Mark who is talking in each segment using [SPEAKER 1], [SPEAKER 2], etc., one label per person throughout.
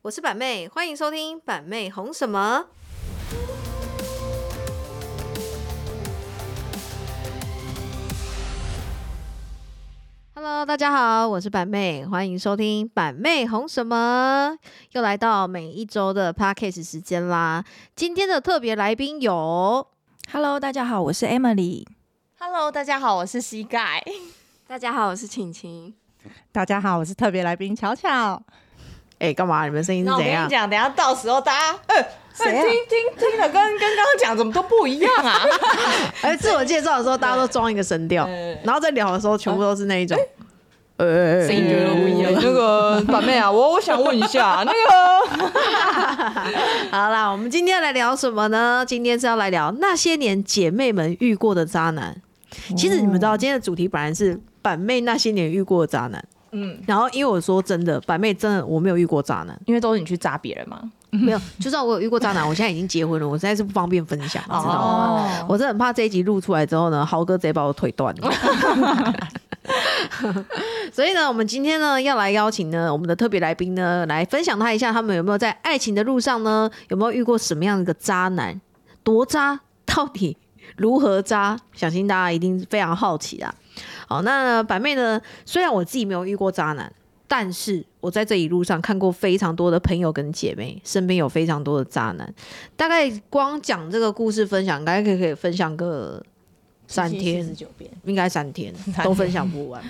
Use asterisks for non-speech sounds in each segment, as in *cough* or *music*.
[SPEAKER 1] 我是板妹，欢迎收听板妹红什么。Hello，大家好，我是板妹，欢迎收听板妹红什么。又来到每一周的 Podcast 时间啦。今天的特别来宾有，
[SPEAKER 2] Hello，大家好，我是 Emily。
[SPEAKER 3] Hello，大家好，我是膝盖。
[SPEAKER 4] 大家好，我是晴晴。
[SPEAKER 2] 大家好，我是特别来宾巧巧。
[SPEAKER 1] 哎、干嘛？你们声音
[SPEAKER 3] 那
[SPEAKER 1] 是
[SPEAKER 3] 我
[SPEAKER 1] 怎
[SPEAKER 3] 跟你
[SPEAKER 1] 样？
[SPEAKER 3] 讲，等一下到时候大家，呃、
[SPEAKER 2] 谁啊
[SPEAKER 3] 听听听了跟跟刚刚讲怎么都不一样啊。
[SPEAKER 1] 而哎自我介绍的时候，大家都装一个声调，然后在聊的时候，全部都是那一种，呃，
[SPEAKER 3] *laughs* *laughs* 声音觉得不一嗯样。那个板妹啊，我我想问一下， *laughs* 那个
[SPEAKER 1] 好啦，我们今天来聊什么呢？今天是要来聊那些年姐妹们遇过的渣男。其实你们知道，今天的主题本来是板妹那些年遇过的渣男。嗯
[SPEAKER 3] 嗯，
[SPEAKER 1] 然后因为我说真的，板妹真的我没有遇过渣男，
[SPEAKER 3] 因为都是你去扎别人嘛。
[SPEAKER 1] 没有，就算我有遇过渣男，我现在已经结婚了，我实在是不方便分享，
[SPEAKER 3] 哦
[SPEAKER 1] 你知道吗？我真的很怕这一集录出来之后呢，豪哥直接把我腿断了。 *laughs* 所以呢，我们今天呢要来邀请呢我们的特别来宾呢来分享他一下，他们有没有在爱情的路上呢有没有遇过什么样的一个渣男，多渣，到底如何渣？相信大家一定非常好奇啊。好，那板妹呢，虽然我自己没有遇过渣男，但是我在这一路上看过非常多的朋友跟姐妹，身边有非常多的渣男。大概光讲这个故事分享，大概可以可以分享个三天
[SPEAKER 3] 十，九遍，
[SPEAKER 1] 应该三天
[SPEAKER 3] 天
[SPEAKER 1] 都分享不完。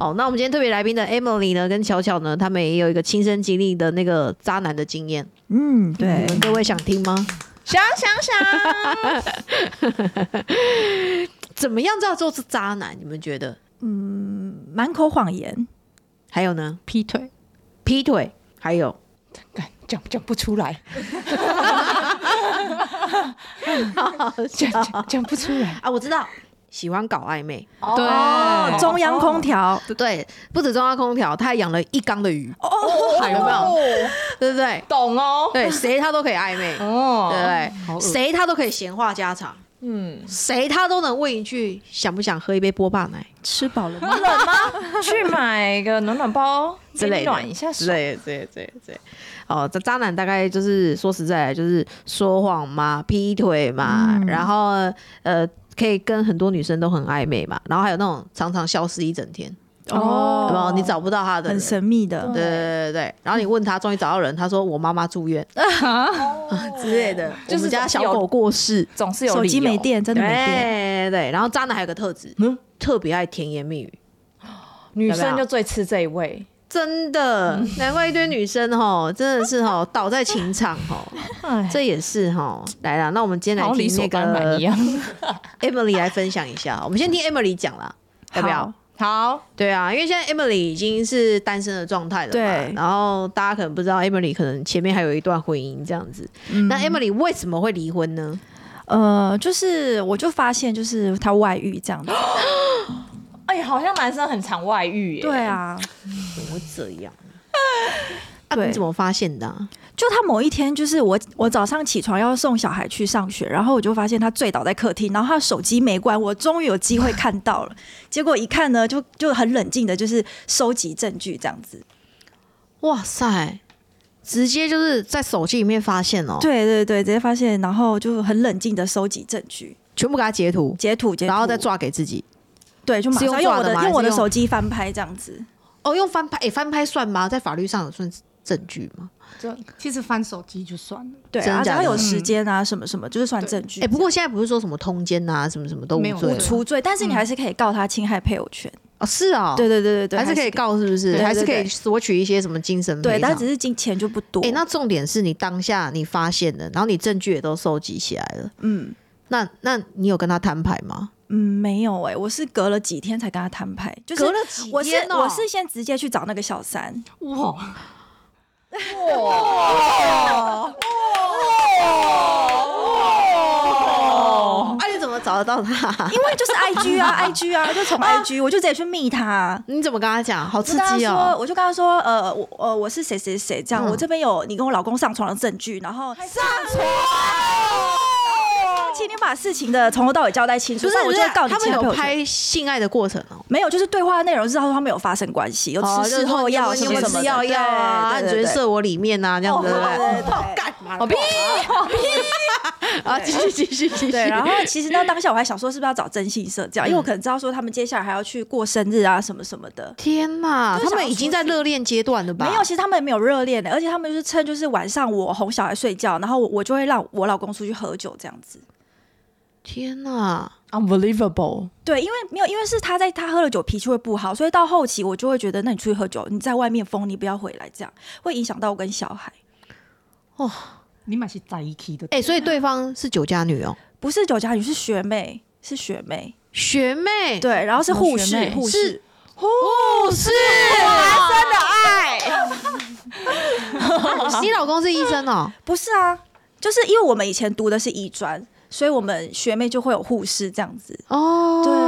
[SPEAKER 1] 哦，那我们今天特别来宾的 Emily 呢，跟巧巧呢，他们也有一个亲身经历的那个渣男的经验，
[SPEAKER 2] 嗯，对
[SPEAKER 1] 你，们各位想听吗？
[SPEAKER 3] 想想想，
[SPEAKER 1] 怎么样叫做是渣男？你们觉得？
[SPEAKER 2] 满口谎言，
[SPEAKER 1] 还有呢，
[SPEAKER 2] 劈腿，
[SPEAKER 1] 劈腿，还有
[SPEAKER 3] *laughs* 干讲讲不出来， *laughs*
[SPEAKER 1] *laughs*
[SPEAKER 3] 讲
[SPEAKER 1] 啊，
[SPEAKER 3] 讲讲不出来。
[SPEAKER 1] 我知道，喜欢搞暧昧，
[SPEAKER 2] 哦，中央空调，
[SPEAKER 1] 对，不止中央空调，他还养了一缸的鱼，
[SPEAKER 3] 哦，
[SPEAKER 1] 有没有
[SPEAKER 3] 哦
[SPEAKER 1] 对不对？
[SPEAKER 3] 懂哦。 *laughs*
[SPEAKER 1] 对，谁他都可以暧昧，对不
[SPEAKER 3] 哦，
[SPEAKER 1] 对？谁他都可以闲话家常，
[SPEAKER 3] 嗯，
[SPEAKER 1] 谁他都能问一句想不想喝一杯波霸奶
[SPEAKER 2] 吃饱了吗？
[SPEAKER 3] 冷吗？ *laughs* 去买个暖暖包，
[SPEAKER 1] 之类的
[SPEAKER 3] 给你暖一下手
[SPEAKER 1] 之。类的，之类的，之类的，之类的。哦，这渣男大概就是说实在的，就是说谎嘛，劈腿嘛，
[SPEAKER 2] 嗯
[SPEAKER 1] 然后呃，可以跟很多女生都很暧昧嘛，然后还有那种常常消失一整天，
[SPEAKER 2] 哦
[SPEAKER 1] 然后你找不到他的人
[SPEAKER 2] 很神秘的，
[SPEAKER 1] 对对对对，然后你问他，终于找到人，他说我妈妈住
[SPEAKER 3] *laughs*
[SPEAKER 1] 院之类的，
[SPEAKER 3] 哦就是
[SPEAKER 1] 我们家小
[SPEAKER 3] 有
[SPEAKER 1] 狗过世，
[SPEAKER 3] 总是有
[SPEAKER 2] 手
[SPEAKER 3] 理
[SPEAKER 2] 机没
[SPEAKER 3] 由，
[SPEAKER 2] 电，真的没
[SPEAKER 1] 对
[SPEAKER 2] 电。
[SPEAKER 1] 对，然后渣男还有个特质，特别爱甜言蜜语，
[SPEAKER 3] 女
[SPEAKER 1] 有没有
[SPEAKER 3] 生就最吃这一味。
[SPEAKER 1] 真的， *laughs* 难怪一堆女生吼，真的是吼 *laughs* 倒在情场吼，
[SPEAKER 3] 哎，
[SPEAKER 1] 这也是吼。来啦，那我们今天
[SPEAKER 3] 好
[SPEAKER 1] 来
[SPEAKER 3] 像理
[SPEAKER 1] 听
[SPEAKER 3] 所
[SPEAKER 1] 那
[SPEAKER 3] 当然一
[SPEAKER 1] 个
[SPEAKER 3] 样。
[SPEAKER 1] Emily 来分享一下，我们先听 Emily 讲啦，要不要
[SPEAKER 2] 好？
[SPEAKER 3] 好，
[SPEAKER 1] 对啊，因为现在 Emily 已经是单身的状态了嘛，
[SPEAKER 2] 对
[SPEAKER 1] 然后大家可能不知道 Emily 可能前面还有一段婚姻这样子，
[SPEAKER 2] 嗯
[SPEAKER 1] 那 Emily 为什么会离婚呢？
[SPEAKER 2] 呃，就是我就发现，就是他外遇这样子。
[SPEAKER 3] 哎，好像男生很常外遇耶。
[SPEAKER 2] 对，啊，
[SPEAKER 1] 怎么会这样？啊，
[SPEAKER 2] 对
[SPEAKER 1] 你怎么发现的啊、
[SPEAKER 2] 就他某一天，就是我我早上起床要送小孩去上学，然后我就发现他醉倒在客厅，然后他的手机没关，我终于有机会看到
[SPEAKER 1] *laughs*
[SPEAKER 2] 了。结果一看呢，就就很冷静的，就是收集证据这样子。
[SPEAKER 1] 哇塞，直接就是在手机里面发现哦、
[SPEAKER 2] 对对对，直接发现，然后就很冷静的收集证据，
[SPEAKER 1] 全部给他截图，
[SPEAKER 2] 截图截图，
[SPEAKER 1] 然后再抓给自己。
[SPEAKER 2] 对，就马
[SPEAKER 1] 是用
[SPEAKER 2] 上用我
[SPEAKER 1] 抓的
[SPEAKER 2] 的
[SPEAKER 1] 吗
[SPEAKER 2] 用我的
[SPEAKER 1] 还是用
[SPEAKER 2] 手机翻拍这样子。
[SPEAKER 1] 哦，用翻拍，诶，翻拍算吗？在法律上有算证据吗？
[SPEAKER 5] 就其实翻手机就算了，
[SPEAKER 2] 对，
[SPEAKER 1] 真的
[SPEAKER 2] 啊，只
[SPEAKER 1] 假的
[SPEAKER 2] 要有时间啊，什么什么，就是算证据
[SPEAKER 1] 诶，。不过现在不是说什么通奸啊，什么什么都无
[SPEAKER 5] 没有
[SPEAKER 1] 罪
[SPEAKER 5] 无
[SPEAKER 1] 了
[SPEAKER 2] 除罪，但是你还是可以告他侵害配偶权。
[SPEAKER 1] 嗯哦，是啊、
[SPEAKER 2] 对对对对对，
[SPEAKER 1] 还是可以。告，是不是？
[SPEAKER 2] 对对
[SPEAKER 1] 还是可以
[SPEAKER 2] 对
[SPEAKER 1] 索取一些什么精神赔
[SPEAKER 2] 对，但
[SPEAKER 1] 偿
[SPEAKER 2] 只是金钱就不多。
[SPEAKER 1] 哎、那重点是你当下你发现了，然后你证据也都收集起来了，
[SPEAKER 2] 嗯。
[SPEAKER 1] 那那你有跟他摊牌吗？
[SPEAKER 2] 嗯，没有哎、我是隔了几天才跟他摊牌，就是
[SPEAKER 1] 隔了几
[SPEAKER 2] 我是
[SPEAKER 1] 天哦
[SPEAKER 2] 我是先直接去找那个小三，
[SPEAKER 5] 哇，
[SPEAKER 1] 哦，啊，你怎么找得到他？
[SPEAKER 2] *laughs*
[SPEAKER 1] *laughs*
[SPEAKER 2] 因为就是 I G *laughs* 啊 I G 啊，就从 I G 我就直接去密他。
[SPEAKER 1] 你怎么跟他讲？好
[SPEAKER 2] 我
[SPEAKER 1] 刺
[SPEAKER 2] 就跟他
[SPEAKER 1] 激
[SPEAKER 2] 说，
[SPEAKER 1] 哦！
[SPEAKER 2] 我就跟他说，呃，我呃我是谁谁谁这样，
[SPEAKER 1] 嗯
[SPEAKER 2] 我这边有你跟我老公上床的证据，然后上床，然后请你把事情的从头到尾交代清楚，
[SPEAKER 1] 不是
[SPEAKER 2] 不然我就会告你
[SPEAKER 1] 他们
[SPEAKER 2] 侵害
[SPEAKER 1] 有
[SPEAKER 2] 朋友权。
[SPEAKER 1] 拍性爱的过程哦，
[SPEAKER 2] 没有，就是对话的内容是他说他们有发生关系，有
[SPEAKER 1] 哦
[SPEAKER 2] 吃
[SPEAKER 1] 就是
[SPEAKER 2] 事后
[SPEAKER 1] 说
[SPEAKER 2] 药
[SPEAKER 1] 你有
[SPEAKER 2] 什么
[SPEAKER 1] 没有
[SPEAKER 2] 什么
[SPEAKER 1] 吃
[SPEAKER 2] 的，
[SPEAKER 1] 药药啊，
[SPEAKER 2] 对
[SPEAKER 1] 你
[SPEAKER 2] 对
[SPEAKER 1] 昨天
[SPEAKER 2] 对
[SPEAKER 1] 射我里面啊，这样子对不对
[SPEAKER 2] 对对对 *laughs*
[SPEAKER 3] 好屁！
[SPEAKER 1] 啊，继续继续 *laughs* 继续。
[SPEAKER 2] 对，然后其实那当下我还想说，是不是要找征信社这样？因为我可能知道说他们接下来还要去过生日啊，什么什么的。
[SPEAKER 1] 天哪，
[SPEAKER 2] 就是
[SPEAKER 1] 他
[SPEAKER 2] 想
[SPEAKER 1] 们已经在热恋阶段了吧？
[SPEAKER 2] 没有，其实他们也没有热恋的，而且他们就是趁就是晚上我哄小孩睡觉，然后我我就会让我老公出去喝酒这样子。
[SPEAKER 1] 天哪，
[SPEAKER 3] Unbelievable！
[SPEAKER 2] 对，因为没有，因为是他在他喝了酒脾气会不好，所以到后期我就会觉得，那你出去喝酒，你在外面疯，你不要回来，这样会影响到我跟小孩。
[SPEAKER 5] 你买是在一起的，
[SPEAKER 1] 哎、所以对方是酒家女哦，
[SPEAKER 2] 不是酒家女，是学妹，是学妹，
[SPEAKER 1] 学妹，
[SPEAKER 2] 对，然后是护
[SPEAKER 3] 学
[SPEAKER 2] 士
[SPEAKER 3] 妹，
[SPEAKER 2] 护士，
[SPEAKER 1] 护士，哦 *laughs* 男生的爱。你老公是医生哦，
[SPEAKER 2] 不是啊，就是因为我们以前读的是医专，所以我们学妹就会有护士这样子，
[SPEAKER 1] 哦，
[SPEAKER 2] 对对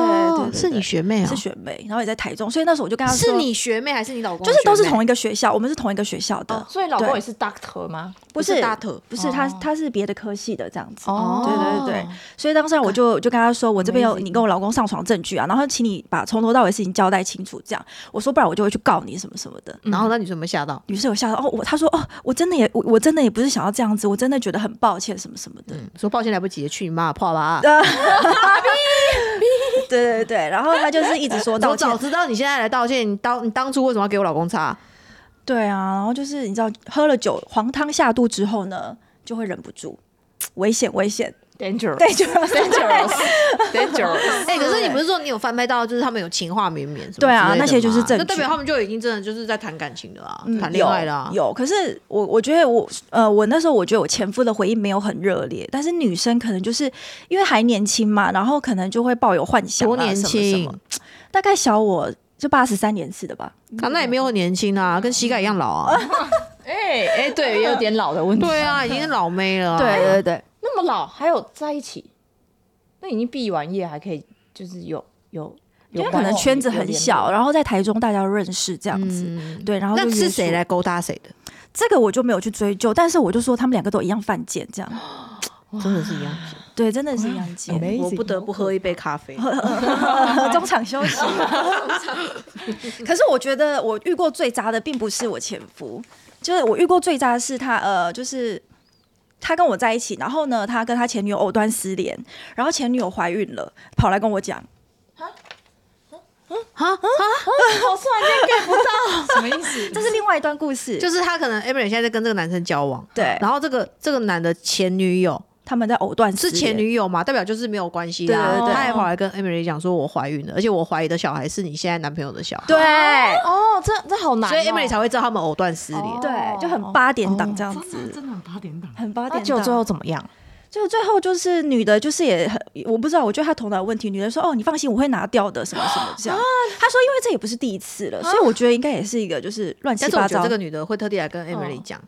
[SPEAKER 2] 对
[SPEAKER 1] 是你学妹哦，
[SPEAKER 2] 是学妹，然后也在台中，所以那时候我就跟她说，
[SPEAKER 1] 是你学妹还是你老公
[SPEAKER 2] 就
[SPEAKER 1] 的学妹？
[SPEAKER 2] 是都是同一个学校，我们是同一个学校的，
[SPEAKER 3] 所以老公也是 Doctor 吗？
[SPEAKER 2] 不
[SPEAKER 1] 不
[SPEAKER 2] 是
[SPEAKER 1] 是大特
[SPEAKER 2] 不是他他是别的科系的这样子。
[SPEAKER 1] 哦
[SPEAKER 2] 对对对，所以当时我就就跟他说，我这边有你跟我老公上床证据啊，然后请你把从头到尾事情交代清楚，这样。我说不然我就会去告你什么什么的。
[SPEAKER 1] 然后那女生有没有吓到？
[SPEAKER 2] 于是我吓到哦，我他说哦，我真的也我我真的也不是想要这样子，我真的觉得很抱歉什么什么的。
[SPEAKER 1] 说抱歉来不及，去你妈破啊吧！
[SPEAKER 2] *laughs* 对对对，然后他就是一直说道
[SPEAKER 1] 我
[SPEAKER 2] 歉
[SPEAKER 1] 早，知道你现在来道歉，你当你当初为什么要给我老公擦？
[SPEAKER 2] 对啊，然后就是你知道喝了酒黄汤下肚之后呢，就会忍不住危险危险， *laughs*
[SPEAKER 3] Dangerous，Dangerous，
[SPEAKER 1] *laughs*
[SPEAKER 2] 对，就
[SPEAKER 3] Dangerous
[SPEAKER 1] 哎、可是你不是说你有翻拍到，就是他们有情话绵绵什么
[SPEAKER 2] 对
[SPEAKER 1] 之
[SPEAKER 2] 啊
[SPEAKER 1] 类的
[SPEAKER 2] 那些就是
[SPEAKER 1] 吗
[SPEAKER 2] 证据
[SPEAKER 1] 那代表他们就已经真的就是在谈感情的啊，
[SPEAKER 2] 嗯
[SPEAKER 1] 谈恋爱的啊。
[SPEAKER 2] 有。有，可是我我觉得我呃，我那时候我觉得我前夫的回应没有很热烈，但是女生可能就是因为还年轻嘛，然后可能就会抱有幻想、啊，
[SPEAKER 1] 多年
[SPEAKER 2] 什么
[SPEAKER 1] 轻
[SPEAKER 2] 什么，大概小我就八十三年次的吧。
[SPEAKER 1] 啊，那也没有很年轻啊，跟膝盖一样老啊。
[SPEAKER 3] 哎哎，对，也有点老的问
[SPEAKER 1] *laughs*
[SPEAKER 3] 题。
[SPEAKER 1] 对啊，已经是老妹了、啊。
[SPEAKER 2] 对对，
[SPEAKER 3] 那么老还有在一起，那已经毕完业还可以，就是有有，
[SPEAKER 2] 因
[SPEAKER 3] 有
[SPEAKER 2] 为可能
[SPEAKER 3] 往
[SPEAKER 2] 圈子
[SPEAKER 3] 有
[SPEAKER 2] 很
[SPEAKER 3] 联络
[SPEAKER 2] 小，，然后在台中大家都认识这样子。
[SPEAKER 1] 嗯，
[SPEAKER 2] 对，然后就
[SPEAKER 1] 那
[SPEAKER 2] 约
[SPEAKER 1] 是谁
[SPEAKER 2] 出
[SPEAKER 1] 来？勾搭谁的？
[SPEAKER 2] 这个我就没有去追究，但是我就说他们两个都一样犯贱，这样
[SPEAKER 1] 真
[SPEAKER 3] *laughs*
[SPEAKER 1] 的是一样
[SPEAKER 3] 哦
[SPEAKER 1] 子。
[SPEAKER 2] 对，真的是一样贱。
[SPEAKER 1] 我不得不喝一杯咖 *laughs* 啡。
[SPEAKER 2] *laughs* 中场休息。可是我觉得我遇过最渣的并不是我前夫，就是我遇过最渣的是他，呃，就是他跟我在一起，然后呢，他跟他前女友藕断丝连，然后前女友怀孕了，跑来跟我讲，
[SPEAKER 1] 啊，
[SPEAKER 3] 什么意思？
[SPEAKER 2] 这是另外一段故事，就
[SPEAKER 1] 就是他可能 e m i l y 现在在跟这个男生交往，
[SPEAKER 2] 对
[SPEAKER 1] 然后这个这个男的前女友
[SPEAKER 2] 他们在藕断丝
[SPEAKER 1] 是
[SPEAKER 2] 连
[SPEAKER 1] 前。女友嘛，代表就是没有关系啦。
[SPEAKER 2] 对对对
[SPEAKER 1] 他还跑来跟 e m i l y 讲说，我怀孕了，而且我怀疑的小孩是你现在男朋友的小孩。
[SPEAKER 2] *laughs* 对
[SPEAKER 3] 哦，这这好难哦，
[SPEAKER 1] 所以 Emily 才会知道他们藕断丝连。
[SPEAKER 3] 哦
[SPEAKER 2] 对，就很八点档这样
[SPEAKER 5] 真的
[SPEAKER 2] 子，
[SPEAKER 5] 真的很八点档。
[SPEAKER 2] 很八
[SPEAKER 3] 那
[SPEAKER 2] 点
[SPEAKER 3] 就
[SPEAKER 2] 档。
[SPEAKER 3] 最后怎么样？
[SPEAKER 2] 就最后就是女的，就是也很我不知道，我觉得她头脑有问题。女的说：“哦，你放心，我会拿掉的，什么什么这样。”她说：“因为这也不是第一次了，所以我觉得应该也是一个就是乱七
[SPEAKER 1] 但是我
[SPEAKER 2] 八
[SPEAKER 1] 觉得这。
[SPEAKER 2] 糟嗯
[SPEAKER 1] 个女的会特地来跟 Emily 讲，”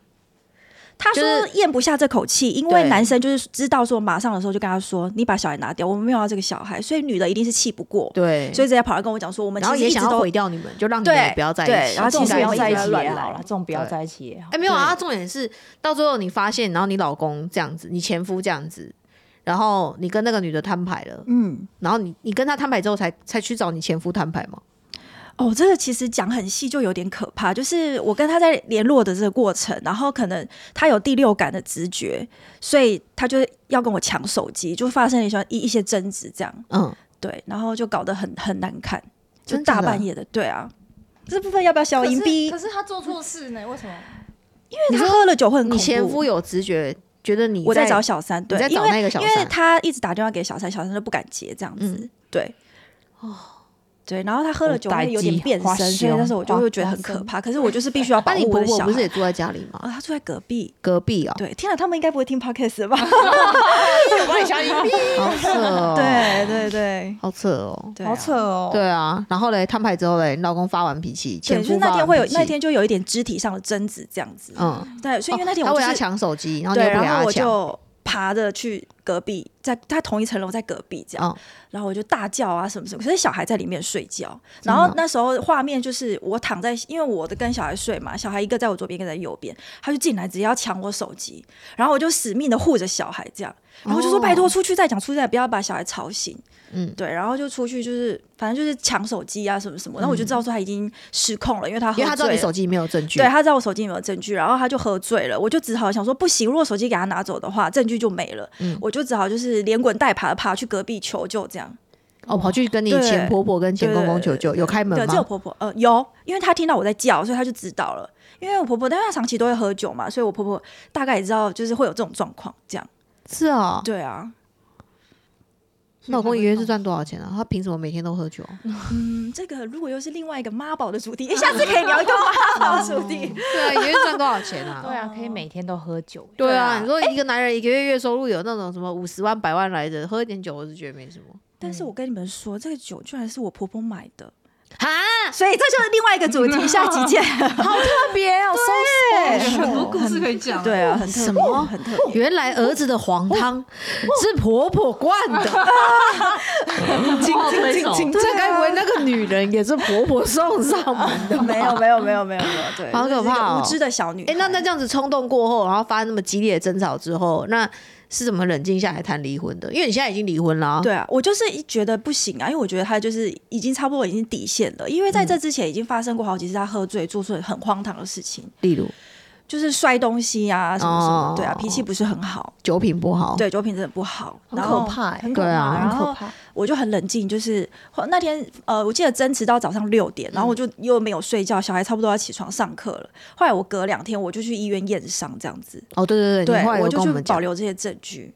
[SPEAKER 2] 她
[SPEAKER 1] 就
[SPEAKER 2] 说
[SPEAKER 1] 是
[SPEAKER 2] 咽不下这口气，因为
[SPEAKER 1] 对
[SPEAKER 2] 男生就是知道说马上的时候就跟她说：“你把小孩拿掉，我们没有要这个小孩。”所以女的一定是气不过，
[SPEAKER 1] 对
[SPEAKER 2] 所以直接跑来跟我讲说：“我们
[SPEAKER 1] 然后
[SPEAKER 2] 其实
[SPEAKER 1] 也
[SPEAKER 2] 一
[SPEAKER 1] 想
[SPEAKER 2] 直
[SPEAKER 1] 要
[SPEAKER 2] 都
[SPEAKER 1] 毁掉你们，就让你
[SPEAKER 2] 对
[SPEAKER 1] 们不要在一起。
[SPEAKER 2] 对然后
[SPEAKER 3] 这
[SPEAKER 2] 其
[SPEAKER 3] 种
[SPEAKER 2] 实
[SPEAKER 3] 不
[SPEAKER 2] 要
[SPEAKER 3] 要
[SPEAKER 2] 一
[SPEAKER 3] 在一
[SPEAKER 2] 直
[SPEAKER 3] 起
[SPEAKER 2] 乱
[SPEAKER 3] 也好
[SPEAKER 2] 来
[SPEAKER 3] 了，这种不要
[SPEAKER 1] 对
[SPEAKER 3] 在一起也好
[SPEAKER 1] 哎、。没有啊，重点是到最后你发现，然后你老公这样子，你前夫这样子，然后你跟那个女的摊牌了，
[SPEAKER 2] 嗯，
[SPEAKER 1] 然后你你跟他摊牌之后才才去找你前夫摊牌嘛？
[SPEAKER 2] 哦，这个其实讲很细就有点可怕。就是我跟他在联络的这个过程，然后可能他有第六感的直觉，所以他就要跟我抢手机，就发生了一些一一些争执，这样
[SPEAKER 1] 嗯，
[SPEAKER 2] 对，然后就搞得很很难看，就
[SPEAKER 1] 真的
[SPEAKER 2] 大
[SPEAKER 1] 假的
[SPEAKER 2] 半夜的，对啊。这部分要不要小
[SPEAKER 5] 可
[SPEAKER 2] 银
[SPEAKER 5] 是
[SPEAKER 2] 币？
[SPEAKER 5] 可是他做错事呢？为什么？
[SPEAKER 2] 因为他喝了酒会很恐
[SPEAKER 1] 你
[SPEAKER 2] 怖。
[SPEAKER 1] 前夫有直觉觉得你
[SPEAKER 2] 我在
[SPEAKER 1] 在
[SPEAKER 2] 找小三，对，
[SPEAKER 1] 在
[SPEAKER 2] 因
[SPEAKER 1] 找
[SPEAKER 2] 为
[SPEAKER 1] 那个小
[SPEAKER 2] 因为
[SPEAKER 1] 三
[SPEAKER 2] 他一直打电话给小三，小三都不敢接，这样子，
[SPEAKER 1] 嗯
[SPEAKER 2] 对，哦，对，然后他喝了酒
[SPEAKER 3] 我
[SPEAKER 2] 会有点
[SPEAKER 3] 待机
[SPEAKER 2] 变
[SPEAKER 3] 花
[SPEAKER 2] 身，所以
[SPEAKER 3] 羞
[SPEAKER 1] 啊
[SPEAKER 2] 那时候我就
[SPEAKER 3] 花
[SPEAKER 2] 会觉得很可怕。可是我就是
[SPEAKER 1] *laughs*
[SPEAKER 2] 必须要保
[SPEAKER 1] 那你
[SPEAKER 2] 护我
[SPEAKER 1] 婆
[SPEAKER 2] 的
[SPEAKER 1] 婆
[SPEAKER 2] 小
[SPEAKER 1] 不是也
[SPEAKER 2] 孩。
[SPEAKER 1] 住在家里吗？
[SPEAKER 2] 哦，他住在隔壁。
[SPEAKER 1] 隔壁哦，
[SPEAKER 2] 对，天哪，他们应该不会
[SPEAKER 1] *laughs*
[SPEAKER 2] 听 podcast 的吧？
[SPEAKER 3] 哎
[SPEAKER 1] 好扯哦，，
[SPEAKER 2] *laughs* 对对对
[SPEAKER 1] 好扯哦，
[SPEAKER 2] 对啊，
[SPEAKER 3] 好扯哦！
[SPEAKER 1] 对啊。然后嘞，摊牌之后嘞，你老公发完脾气，
[SPEAKER 2] 对，
[SPEAKER 1] 前
[SPEAKER 2] 就是
[SPEAKER 1] 夫
[SPEAKER 2] 那
[SPEAKER 1] 发
[SPEAKER 2] 天
[SPEAKER 1] 完
[SPEAKER 2] 会有
[SPEAKER 1] 脾气
[SPEAKER 2] 那，天就有一点肢体上的争执这样子。
[SPEAKER 1] 嗯，
[SPEAKER 2] 对，所以因为那天
[SPEAKER 1] 他
[SPEAKER 2] 我
[SPEAKER 1] 为
[SPEAKER 2] 就
[SPEAKER 1] 他
[SPEAKER 2] 是
[SPEAKER 1] 抢手机，然后你
[SPEAKER 2] 对，
[SPEAKER 1] 又不给
[SPEAKER 2] 然后
[SPEAKER 1] 他
[SPEAKER 2] 我
[SPEAKER 1] 抢，
[SPEAKER 2] 就爬着去隔壁，在他同一层楼在隔壁这样，
[SPEAKER 1] 哦
[SPEAKER 2] 然后我就大叫啊什么什么，可是小孩在里面睡觉，然后那时候画面就是我躺在，因为我的跟小孩睡嘛，小孩一个在我左边，一个在右边，他就进来直接要抢我手机，然后我就死命的护着小孩这样，然后我就说
[SPEAKER 1] 哦
[SPEAKER 2] 拜托出去再讲，出去再讲不要把小孩吵醒，
[SPEAKER 1] 嗯
[SPEAKER 2] 嗯，对，然后就出去就是反正就是抢手机啊什么什么，然后我就知道说他已经失控了，因为他
[SPEAKER 1] 嗯
[SPEAKER 2] 喝
[SPEAKER 1] 因为他知道你
[SPEAKER 2] 醉了
[SPEAKER 1] 手机里面有证据，
[SPEAKER 2] 对他知道我手机里面有证据，然后他就喝醉了，我就只好想说不行，如果手机给他拿走的话，证据就没了，
[SPEAKER 1] 嗯
[SPEAKER 2] 我就只好就是连滚带爬的爬去隔壁求救这样。
[SPEAKER 1] 哦，跑去跟你
[SPEAKER 2] 对
[SPEAKER 1] 前婆婆跟前公公求救，有开门
[SPEAKER 2] 对，这有
[SPEAKER 1] 吗？
[SPEAKER 2] 婆婆，呃，有，因为她听到我在叫，所以她就知道了。因为我婆婆，但她长期都会喝酒嘛，所以我婆婆大概也知道就是会有这种状况，这样。
[SPEAKER 1] 是哦，
[SPEAKER 2] 对 *laughs* 啊，
[SPEAKER 1] 老公一个月是赚多少钱啊？他凭什么每天都喝酒？
[SPEAKER 2] 嗯，这个如果又是另外一个妈宝的主题，哎下次可以聊一个妈宝主题。
[SPEAKER 1] 对啊，一个月赚多少钱啊？
[SPEAKER 3] 对啊，可以每天都喝酒。
[SPEAKER 1] 对
[SPEAKER 2] 啊
[SPEAKER 1] 啊，你说一个男人一个月月收入有那种什么五十万、百万来着，喝一点酒我是觉得没什么。
[SPEAKER 2] 但是我跟你们说，这个酒居然是我婆婆买的，
[SPEAKER 1] 哈，
[SPEAKER 2] *laughs* 所以这就是另外一个主题，下集见。
[SPEAKER 1] 特别哦，
[SPEAKER 5] 很多故事可以
[SPEAKER 2] *laughs*
[SPEAKER 5] 讲。
[SPEAKER 2] 对啊，很特
[SPEAKER 1] 什
[SPEAKER 2] 别
[SPEAKER 1] 么
[SPEAKER 2] 很特别。
[SPEAKER 1] 原来儿子的黄
[SPEAKER 2] 哦
[SPEAKER 1] 汤是婆婆灌的，
[SPEAKER 5] 亲亲亲亲，
[SPEAKER 2] 啊
[SPEAKER 1] 这该不会那个女人也是婆婆送上门的吧？
[SPEAKER 2] *laughs* *laughs* 没有没有没有没有没有， *laughs* 对，
[SPEAKER 1] 好可怕哦
[SPEAKER 2] 就是一个无知的小女孩。
[SPEAKER 1] 哎、那那这样子冲动过后，然后发生那么激烈的争吵之后，那是怎么冷静下来谈离婚的？因为你现在已经离婚了、
[SPEAKER 3] 哦
[SPEAKER 1] 啊，
[SPEAKER 2] 对啊，我就是一觉得不行啊，因为我觉得他就是已经差不多已经底线了，因为
[SPEAKER 3] 嗯
[SPEAKER 2] 在这之前已经发生过好几次他喝醉做出很荒唐的事情，
[SPEAKER 1] 例如
[SPEAKER 2] 就是摔东西啊什么什么，
[SPEAKER 1] 哦
[SPEAKER 2] 对啊，脾气不是很好，
[SPEAKER 1] 酒品不好，
[SPEAKER 2] 对，酒品真的不好，
[SPEAKER 3] 哦很
[SPEAKER 2] 然后
[SPEAKER 3] 可怕欸
[SPEAKER 2] 很可怕，
[SPEAKER 1] 对啊
[SPEAKER 2] 然
[SPEAKER 3] 很可
[SPEAKER 2] 后
[SPEAKER 3] 怕。
[SPEAKER 2] 我就很冷静，就是后那天呃，我记得争执到早上六点，然后
[SPEAKER 3] 嗯
[SPEAKER 2] 我就又没有睡觉，小孩差不多要起床上课了，后来我隔两天我就去医院验伤这样子，
[SPEAKER 1] 哦，对对对，
[SPEAKER 2] 对
[SPEAKER 1] 你后来有
[SPEAKER 2] 我
[SPEAKER 1] 跟
[SPEAKER 2] 就
[SPEAKER 1] 我
[SPEAKER 2] 去
[SPEAKER 1] 们
[SPEAKER 2] 保
[SPEAKER 1] 讲，
[SPEAKER 2] 留这些证据。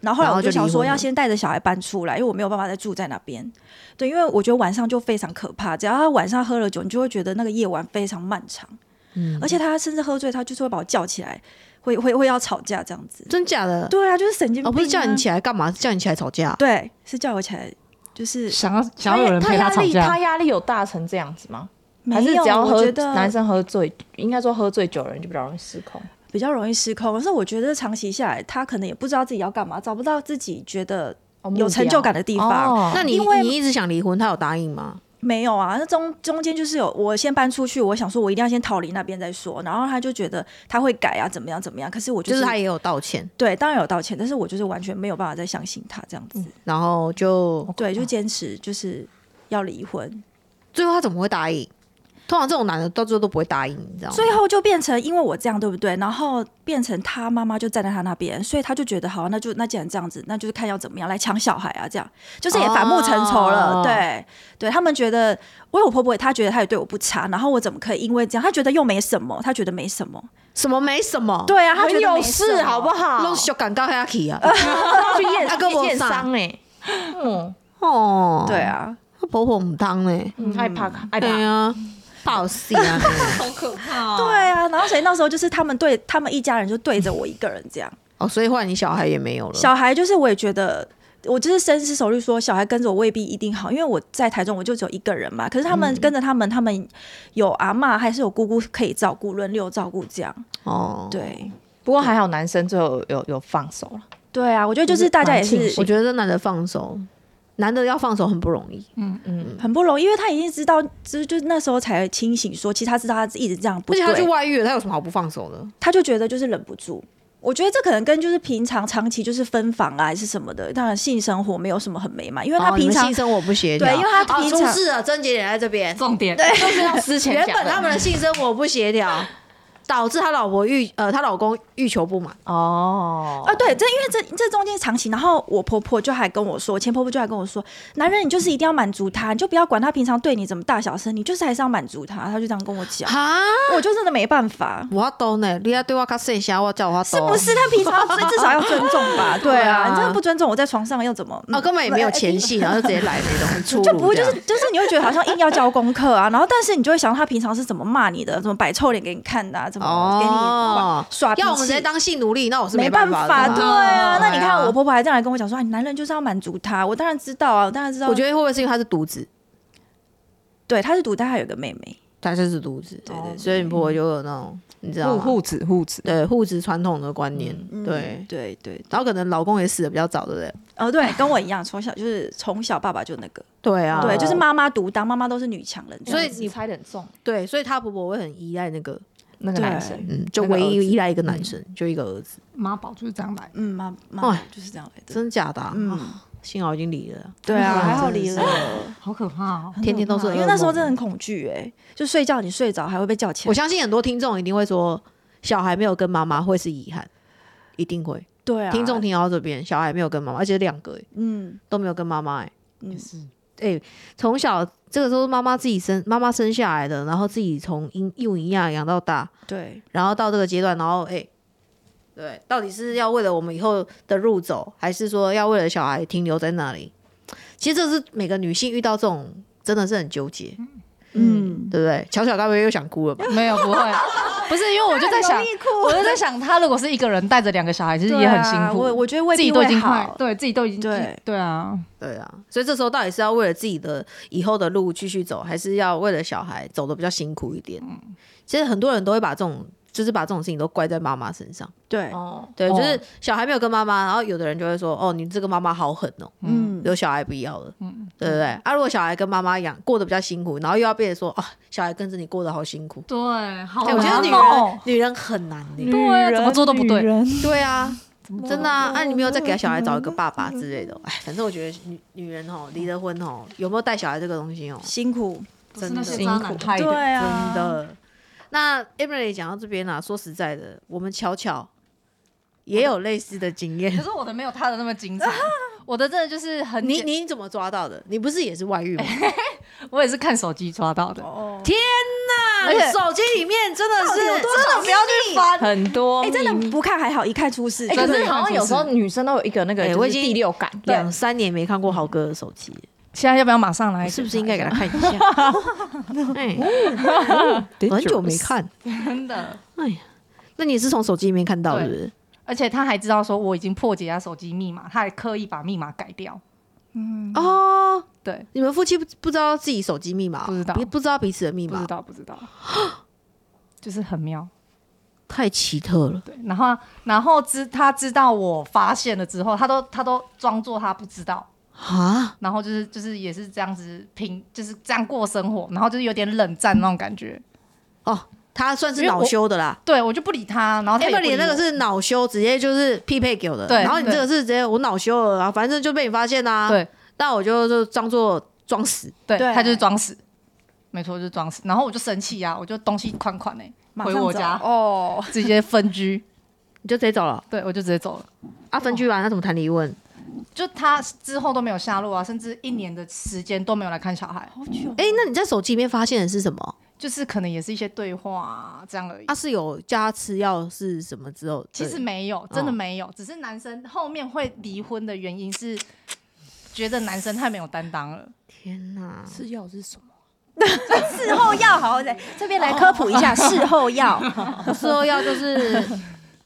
[SPEAKER 2] 然后后
[SPEAKER 1] 然
[SPEAKER 2] 来
[SPEAKER 1] 后
[SPEAKER 2] 我就
[SPEAKER 1] 就
[SPEAKER 2] 想
[SPEAKER 1] 离
[SPEAKER 2] 说，
[SPEAKER 1] 婚
[SPEAKER 2] 要
[SPEAKER 1] 了
[SPEAKER 2] 先带着小孩搬出来，因为我没有办法再住在那边。对，因为我觉得晚上就非常可怕，只要他晚上喝了酒，你就会觉得那个夜晚非常漫长。
[SPEAKER 1] 嗯
[SPEAKER 2] 而且他甚至喝醉，他就是会把我叫起来，会会会要吵架这样子。
[SPEAKER 1] 真假的？
[SPEAKER 2] 对啊，就是神经病、
[SPEAKER 1] 哦，不是叫你
[SPEAKER 2] 来，
[SPEAKER 1] 起来干嘛？是叫你起来吵架？
[SPEAKER 2] 对，啊是叫我起来，就是
[SPEAKER 5] 想要想要有人陪
[SPEAKER 3] 压
[SPEAKER 5] 他吵
[SPEAKER 3] 力，
[SPEAKER 5] 架
[SPEAKER 3] 他，压力有大成这样子吗？还
[SPEAKER 2] 没
[SPEAKER 3] 是
[SPEAKER 2] 有，
[SPEAKER 3] 只要
[SPEAKER 2] 我
[SPEAKER 3] 喝
[SPEAKER 2] 觉得
[SPEAKER 3] 男生喝醉，应该说喝醉酒的人就比较容易失控。
[SPEAKER 2] 比较容易失控。可是我觉得长期下来，他可能也不知道自己要干嘛，找不到自己觉得
[SPEAKER 3] 哦目
[SPEAKER 2] 有成就
[SPEAKER 3] 标
[SPEAKER 2] 感的地方。
[SPEAKER 3] 哦
[SPEAKER 1] 那你
[SPEAKER 2] 因为
[SPEAKER 1] 你一直想离婚，他有答应吗？
[SPEAKER 2] 没有啊，那中中间就是有我先搬出去，我想说我一定要先逃离那边再说，然后他就觉得他会改啊，怎么样怎么样。可是我
[SPEAKER 1] 就是是他也有道歉，
[SPEAKER 2] 对，当然有道歉，但是我就是完全没有办法再相信他这样子。
[SPEAKER 1] 然后就
[SPEAKER 2] 对，就坚持就是要离婚，
[SPEAKER 1] 最后他怎么会答应？通常这种男的到最后都不会答应，你知道吗？
[SPEAKER 2] 最后就变成因为我这样对不对？然后变成他妈妈就站在他那边，所以他就觉得好，那就那既然这样子，那就是看要怎么样来抢小孩啊，这样就是也反目成仇了。
[SPEAKER 1] 哦
[SPEAKER 2] 对，对他们觉得我有婆婆，他觉得他也对我不差，然后我怎么可以因为这样？他觉得又没什么，他觉得没什么。
[SPEAKER 1] 什么没什么，，
[SPEAKER 2] 对啊啊，他
[SPEAKER 3] 很
[SPEAKER 2] 觉得
[SPEAKER 3] 有
[SPEAKER 2] 没什
[SPEAKER 3] 事
[SPEAKER 2] 么
[SPEAKER 3] 好不？好
[SPEAKER 1] 弄？小感告下去
[SPEAKER 2] *laughs*
[SPEAKER 1] 啊！
[SPEAKER 3] 去验
[SPEAKER 1] 啊跟我
[SPEAKER 3] 验
[SPEAKER 1] 上
[SPEAKER 3] 伤哎，嗯，
[SPEAKER 1] 哦，
[SPEAKER 2] 对，啊，
[SPEAKER 1] 婆婆母汤嘞，
[SPEAKER 3] 嗯害怕害
[SPEAKER 1] 对
[SPEAKER 3] 怕，
[SPEAKER 1] 啊，暴死啊！ *laughs*
[SPEAKER 5] 好可怕
[SPEAKER 2] 对
[SPEAKER 5] 哦。
[SPEAKER 2] 啊，然后所以那时候就是他们对他们一家人就对着我一个人这样，
[SPEAKER 1] 哦，所以后来你小孩也没有了，
[SPEAKER 2] 小孩就是我也觉得。我就是深思熟虑说，小孩跟着我未必一定好，因为我在台中我就只有一个人嘛。可是他们跟着他们，他们有阿嬷还是有姑姑可以照顾，轮流照顾这样。
[SPEAKER 1] 哦，，
[SPEAKER 2] 对
[SPEAKER 3] 不过还好男生最后有有放手了，
[SPEAKER 2] 对啊，我觉得就是大家也
[SPEAKER 3] 蛮庆
[SPEAKER 2] 是
[SPEAKER 1] 我觉得这男的放手，男的要放手很不容易，
[SPEAKER 2] 很不容易，因为他已经知道，就是就是那时候才清醒说，其实他知道他一直这样不
[SPEAKER 1] 而
[SPEAKER 2] 对。
[SPEAKER 1] 且他去外遇了，他有什么好不放手的？
[SPEAKER 2] 他就觉得就是忍不住。我觉得这可能跟就是平常长期就是分房啊还是什么的，当然性生活没有什么很美满，因为他
[SPEAKER 1] 哦
[SPEAKER 2] 平
[SPEAKER 1] 你们
[SPEAKER 2] 常、
[SPEAKER 1] 性生活不协调，
[SPEAKER 2] 对，因为他平
[SPEAKER 1] 哦出
[SPEAKER 2] 常、
[SPEAKER 1] 事了，症结点在这边，
[SPEAKER 5] 重点
[SPEAKER 3] 就是像之前
[SPEAKER 1] 原
[SPEAKER 3] 讲
[SPEAKER 1] 本
[SPEAKER 3] 的
[SPEAKER 1] 他们的性生活不协调，导致他老婆欲呃他老公欲求不满，
[SPEAKER 3] 哦
[SPEAKER 2] 啊，对，这因为这这中间长期，然后我婆婆就还跟我说，我前婆婆就还跟我说，男人你就是一定要满足他，你就不要管他平常对你怎么大小声，你就是还是要满足他，他就这样跟我讲，
[SPEAKER 1] 哈，
[SPEAKER 2] 我就真的没办法。
[SPEAKER 1] 我懂呢，你要对我卡细声，我叫我
[SPEAKER 2] 是
[SPEAKER 1] 懂，
[SPEAKER 2] 不是？他平常最 *laughs* 至少要尊重吧？对
[SPEAKER 1] 对
[SPEAKER 2] 啊，
[SPEAKER 1] 啊
[SPEAKER 2] 你真的不尊重我，在床上又怎么？嗯呃
[SPEAKER 1] 哦，根本也没有前戏，然后就直接来那种很粗鲁这
[SPEAKER 2] 就
[SPEAKER 1] 样，
[SPEAKER 2] 不会就是就是你会觉得好像硬要交功课啊，然后但是你就会想到他平常是怎么骂你的，怎么摆臭脸给你看的、啊，怎么给
[SPEAKER 1] 哦
[SPEAKER 2] 你耍脾
[SPEAKER 1] 要我们直接
[SPEAKER 2] 气。
[SPEAKER 1] 当性奴隶，那我是
[SPEAKER 2] 没
[SPEAKER 1] 办
[SPEAKER 2] 办
[SPEAKER 1] 法
[SPEAKER 2] 法，
[SPEAKER 1] 的
[SPEAKER 2] 对
[SPEAKER 1] 嘛
[SPEAKER 2] 啊，那你
[SPEAKER 1] 对啊
[SPEAKER 2] 看我婆婆还这样来跟我讲说，哎，男人就是要满足他，我当然知道啊，我当然知道。
[SPEAKER 1] 我觉得会不会是因为他是独子？
[SPEAKER 2] 对，他是独，但他有个妹妹，
[SPEAKER 1] 他就是独子，对
[SPEAKER 2] 哦
[SPEAKER 1] 对，所以你婆婆就有那种你知道
[SPEAKER 3] 护
[SPEAKER 1] 吗？
[SPEAKER 3] 护子护子，
[SPEAKER 1] 对护子传统的观念，对
[SPEAKER 2] 嗯，对对，
[SPEAKER 1] 然后可能老公也死的比较早，对不对？
[SPEAKER 2] 哦对，跟我一样，从小就是从小爸爸就那个，
[SPEAKER 1] 对啊，
[SPEAKER 2] 对，就是妈妈独当，妈妈都是女强人这
[SPEAKER 1] 所
[SPEAKER 2] 样
[SPEAKER 1] 以
[SPEAKER 2] 子，
[SPEAKER 1] 你
[SPEAKER 3] 猜的很重，
[SPEAKER 1] 对，所以她婆婆会很依赖那个，
[SPEAKER 3] 那个
[SPEAKER 2] 对
[SPEAKER 3] 男生
[SPEAKER 1] 嗯，就
[SPEAKER 3] 那个
[SPEAKER 1] 唯
[SPEAKER 3] 儿子
[SPEAKER 1] 一依赖一个男生，就一个儿子，
[SPEAKER 5] 妈宝就是这样来的。
[SPEAKER 2] 嗯妈妈
[SPEAKER 1] 哎
[SPEAKER 2] 就是这样来的，
[SPEAKER 1] 真假的啊？
[SPEAKER 2] 嗯
[SPEAKER 1] 啊幸好已经离了，
[SPEAKER 2] 对啊，
[SPEAKER 1] 哇
[SPEAKER 2] 还好
[SPEAKER 1] 真的
[SPEAKER 2] 离
[SPEAKER 1] 是
[SPEAKER 2] 了，
[SPEAKER 1] *laughs*
[SPEAKER 5] 好可怕哦！
[SPEAKER 1] 天天都是噩梦，
[SPEAKER 2] 因为那时候真的很恐惧哎，就睡觉你睡着还会被叫起
[SPEAKER 1] 我
[SPEAKER 2] 来，
[SPEAKER 1] 相信很多听众一定会说，小孩没有跟妈妈会是遗憾，一定会。
[SPEAKER 2] 对啊，
[SPEAKER 1] 听众听到这边，小孩没有跟妈妈，而且两个欸
[SPEAKER 2] 嗯
[SPEAKER 1] 都没有跟妈妈、欸，
[SPEAKER 2] 嗯
[SPEAKER 5] 是
[SPEAKER 1] 哎、从小这个都是妈妈自己生，妈妈生下来的，然后自己从婴幼婴养养到大，
[SPEAKER 2] 对
[SPEAKER 1] 然后到这个阶段，然后哎、对，到底是要为了我们以后的路走，还是说要为了小孩停留在那里？其实这是每个女性遇到这种真的是很纠结，
[SPEAKER 2] 嗯，
[SPEAKER 1] 对不对？巧巧该不会又想哭了吧？
[SPEAKER 5] *laughs* 没有
[SPEAKER 1] *laughs*
[SPEAKER 5] 不会，不是因为我就在想，我就在想，他如果是一个人带着两个小孩，其实也很辛
[SPEAKER 2] 对啊
[SPEAKER 5] 苦。
[SPEAKER 2] 我我觉得未
[SPEAKER 5] 自己
[SPEAKER 2] 必
[SPEAKER 5] 都已
[SPEAKER 2] 会
[SPEAKER 5] 经快
[SPEAKER 2] 好，，
[SPEAKER 5] 对自己都已经
[SPEAKER 2] 对
[SPEAKER 5] 对啊，
[SPEAKER 1] 对啊，所以这时候到底是要为了自己的以后的路继续走，还是要为了小孩走的比较辛苦一点？
[SPEAKER 5] 嗯
[SPEAKER 1] 其实很多人都会把这种，就是把这种事情都怪在妈妈身上。
[SPEAKER 2] 对，
[SPEAKER 3] 哦，
[SPEAKER 1] 对，
[SPEAKER 5] 哦
[SPEAKER 1] 就是小孩没有跟妈妈，然后有的人就会说：“哦，你这个妈妈好狠哦，
[SPEAKER 2] 嗯，
[SPEAKER 1] 有小孩不要了。”
[SPEAKER 5] 嗯
[SPEAKER 1] 对不对？啊，如果小孩跟妈妈养过得比较辛苦，然后又要变成说：“啊，小孩跟着你过得好辛苦。
[SPEAKER 5] 对，好
[SPEAKER 1] 哎我觉得
[SPEAKER 5] 难
[SPEAKER 1] 女人、
[SPEAKER 5] 哦
[SPEAKER 1] 女人很难的、
[SPEAKER 5] 对啊，怎么做都不对，
[SPEAKER 1] 对啊，真的啊，啊，你没有再给小孩找一个爸爸之
[SPEAKER 5] *laughs*
[SPEAKER 1] 类的。哎，反正我觉得女女人吼离了婚吼，有没有带小孩这个东西哦，
[SPEAKER 2] 辛苦，
[SPEAKER 5] 不是那些
[SPEAKER 1] 真
[SPEAKER 5] 渣
[SPEAKER 1] 的
[SPEAKER 5] 男害
[SPEAKER 2] 对
[SPEAKER 5] 哎的。
[SPEAKER 2] 啊，
[SPEAKER 1] 真的。那 Emily 讲到这边啦、啊说实在的，我们巧巧也有类似的经验
[SPEAKER 5] 可。是我的没有他的那么精彩，
[SPEAKER 1] *laughs*
[SPEAKER 5] 我的真的就是很
[SPEAKER 1] 你
[SPEAKER 5] 简
[SPEAKER 1] 你怎么抓到的？你不是也是外遇
[SPEAKER 5] *laughs*
[SPEAKER 1] 吗？
[SPEAKER 5] 我也是看手机抓到的，
[SPEAKER 2] 哦，
[SPEAKER 1] 天哪！
[SPEAKER 5] 而且
[SPEAKER 1] 手机里面真的是
[SPEAKER 2] 真的不要去翻，
[SPEAKER 3] 很多
[SPEAKER 2] 哎，真
[SPEAKER 3] 秘密
[SPEAKER 2] 的不看还好，一看出事，
[SPEAKER 3] 哎、
[SPEAKER 2] 真
[SPEAKER 3] 可
[SPEAKER 2] 的
[SPEAKER 3] 是好像有时候女生都有一个那个，
[SPEAKER 1] 哎
[SPEAKER 3] 就是
[SPEAKER 1] 我已经
[SPEAKER 3] 第六感，对，
[SPEAKER 1] 两三年没看过豪哥的手机，
[SPEAKER 5] 现在要不要马上来？
[SPEAKER 1] 是不是应该给他看一下？
[SPEAKER 5] *laughs*
[SPEAKER 1] 哎，
[SPEAKER 5] 哦
[SPEAKER 1] 很久没看，
[SPEAKER 5] 真的？
[SPEAKER 1] 哎呀，那你是从手机里面看到的？是不是
[SPEAKER 5] 而且他还知道说我已经破解他手机密码，他还刻意把密码改掉。
[SPEAKER 1] 哦，
[SPEAKER 5] 对，
[SPEAKER 1] 你们夫妻不不知道自己手机密码，啊
[SPEAKER 5] 不知道
[SPEAKER 1] 不知道彼此的密
[SPEAKER 5] 不知
[SPEAKER 1] 码，
[SPEAKER 5] 道不知道，就是很妙。
[SPEAKER 1] 太奇特了。
[SPEAKER 5] 对，然后然后知他知道我发现了之后，他都他都装作他不知道，
[SPEAKER 1] 啊，
[SPEAKER 5] 然后就是就是也是这样子平，就是这样过生活，然后就是有点冷战那种感觉。
[SPEAKER 1] 哦，他算是恼羞的啦。
[SPEAKER 5] 对我就不理他，然后他也不
[SPEAKER 1] Emily
[SPEAKER 5] 理
[SPEAKER 1] 那个
[SPEAKER 5] 我
[SPEAKER 1] 是恼羞，直接就是匹配给我的。
[SPEAKER 5] 对
[SPEAKER 1] 然后你这个是直接我恼羞了，然后反正就被你发现啦、
[SPEAKER 5] 对
[SPEAKER 1] 那我就就装作装死。
[SPEAKER 5] 对，
[SPEAKER 2] 对
[SPEAKER 5] 他就是装死，没错，就是装死。然后我就生气啊，我就东西款款哎、
[SPEAKER 2] 马
[SPEAKER 5] 回
[SPEAKER 2] 上
[SPEAKER 5] 我
[SPEAKER 2] 走
[SPEAKER 5] 家
[SPEAKER 2] 哦，
[SPEAKER 5] 直接分居，
[SPEAKER 1] 你就直接走了
[SPEAKER 5] 对我就直接走了。
[SPEAKER 1] 啊？分居完那怎么谈离婚？
[SPEAKER 5] 哦就他之后都没有下落啊，甚至一年的时间都没有来看小孩，
[SPEAKER 2] 好久，
[SPEAKER 1] 哎、那你在手机里面发现的是什么？
[SPEAKER 5] 就是可能也是一些对话、啊、这样而已。
[SPEAKER 1] 他、是有叫他吃药是什么之后？
[SPEAKER 5] 其实
[SPEAKER 1] 对
[SPEAKER 5] 没有，真的没有，只是男生后面会离婚的原因是觉得男生太没有担当了。
[SPEAKER 1] 天哪，
[SPEAKER 3] 吃药是什么？
[SPEAKER 2] *laughs* 事后药好，来这边来科普一下事后药，
[SPEAKER 1] 事后药
[SPEAKER 3] *laughs*
[SPEAKER 1] 就是，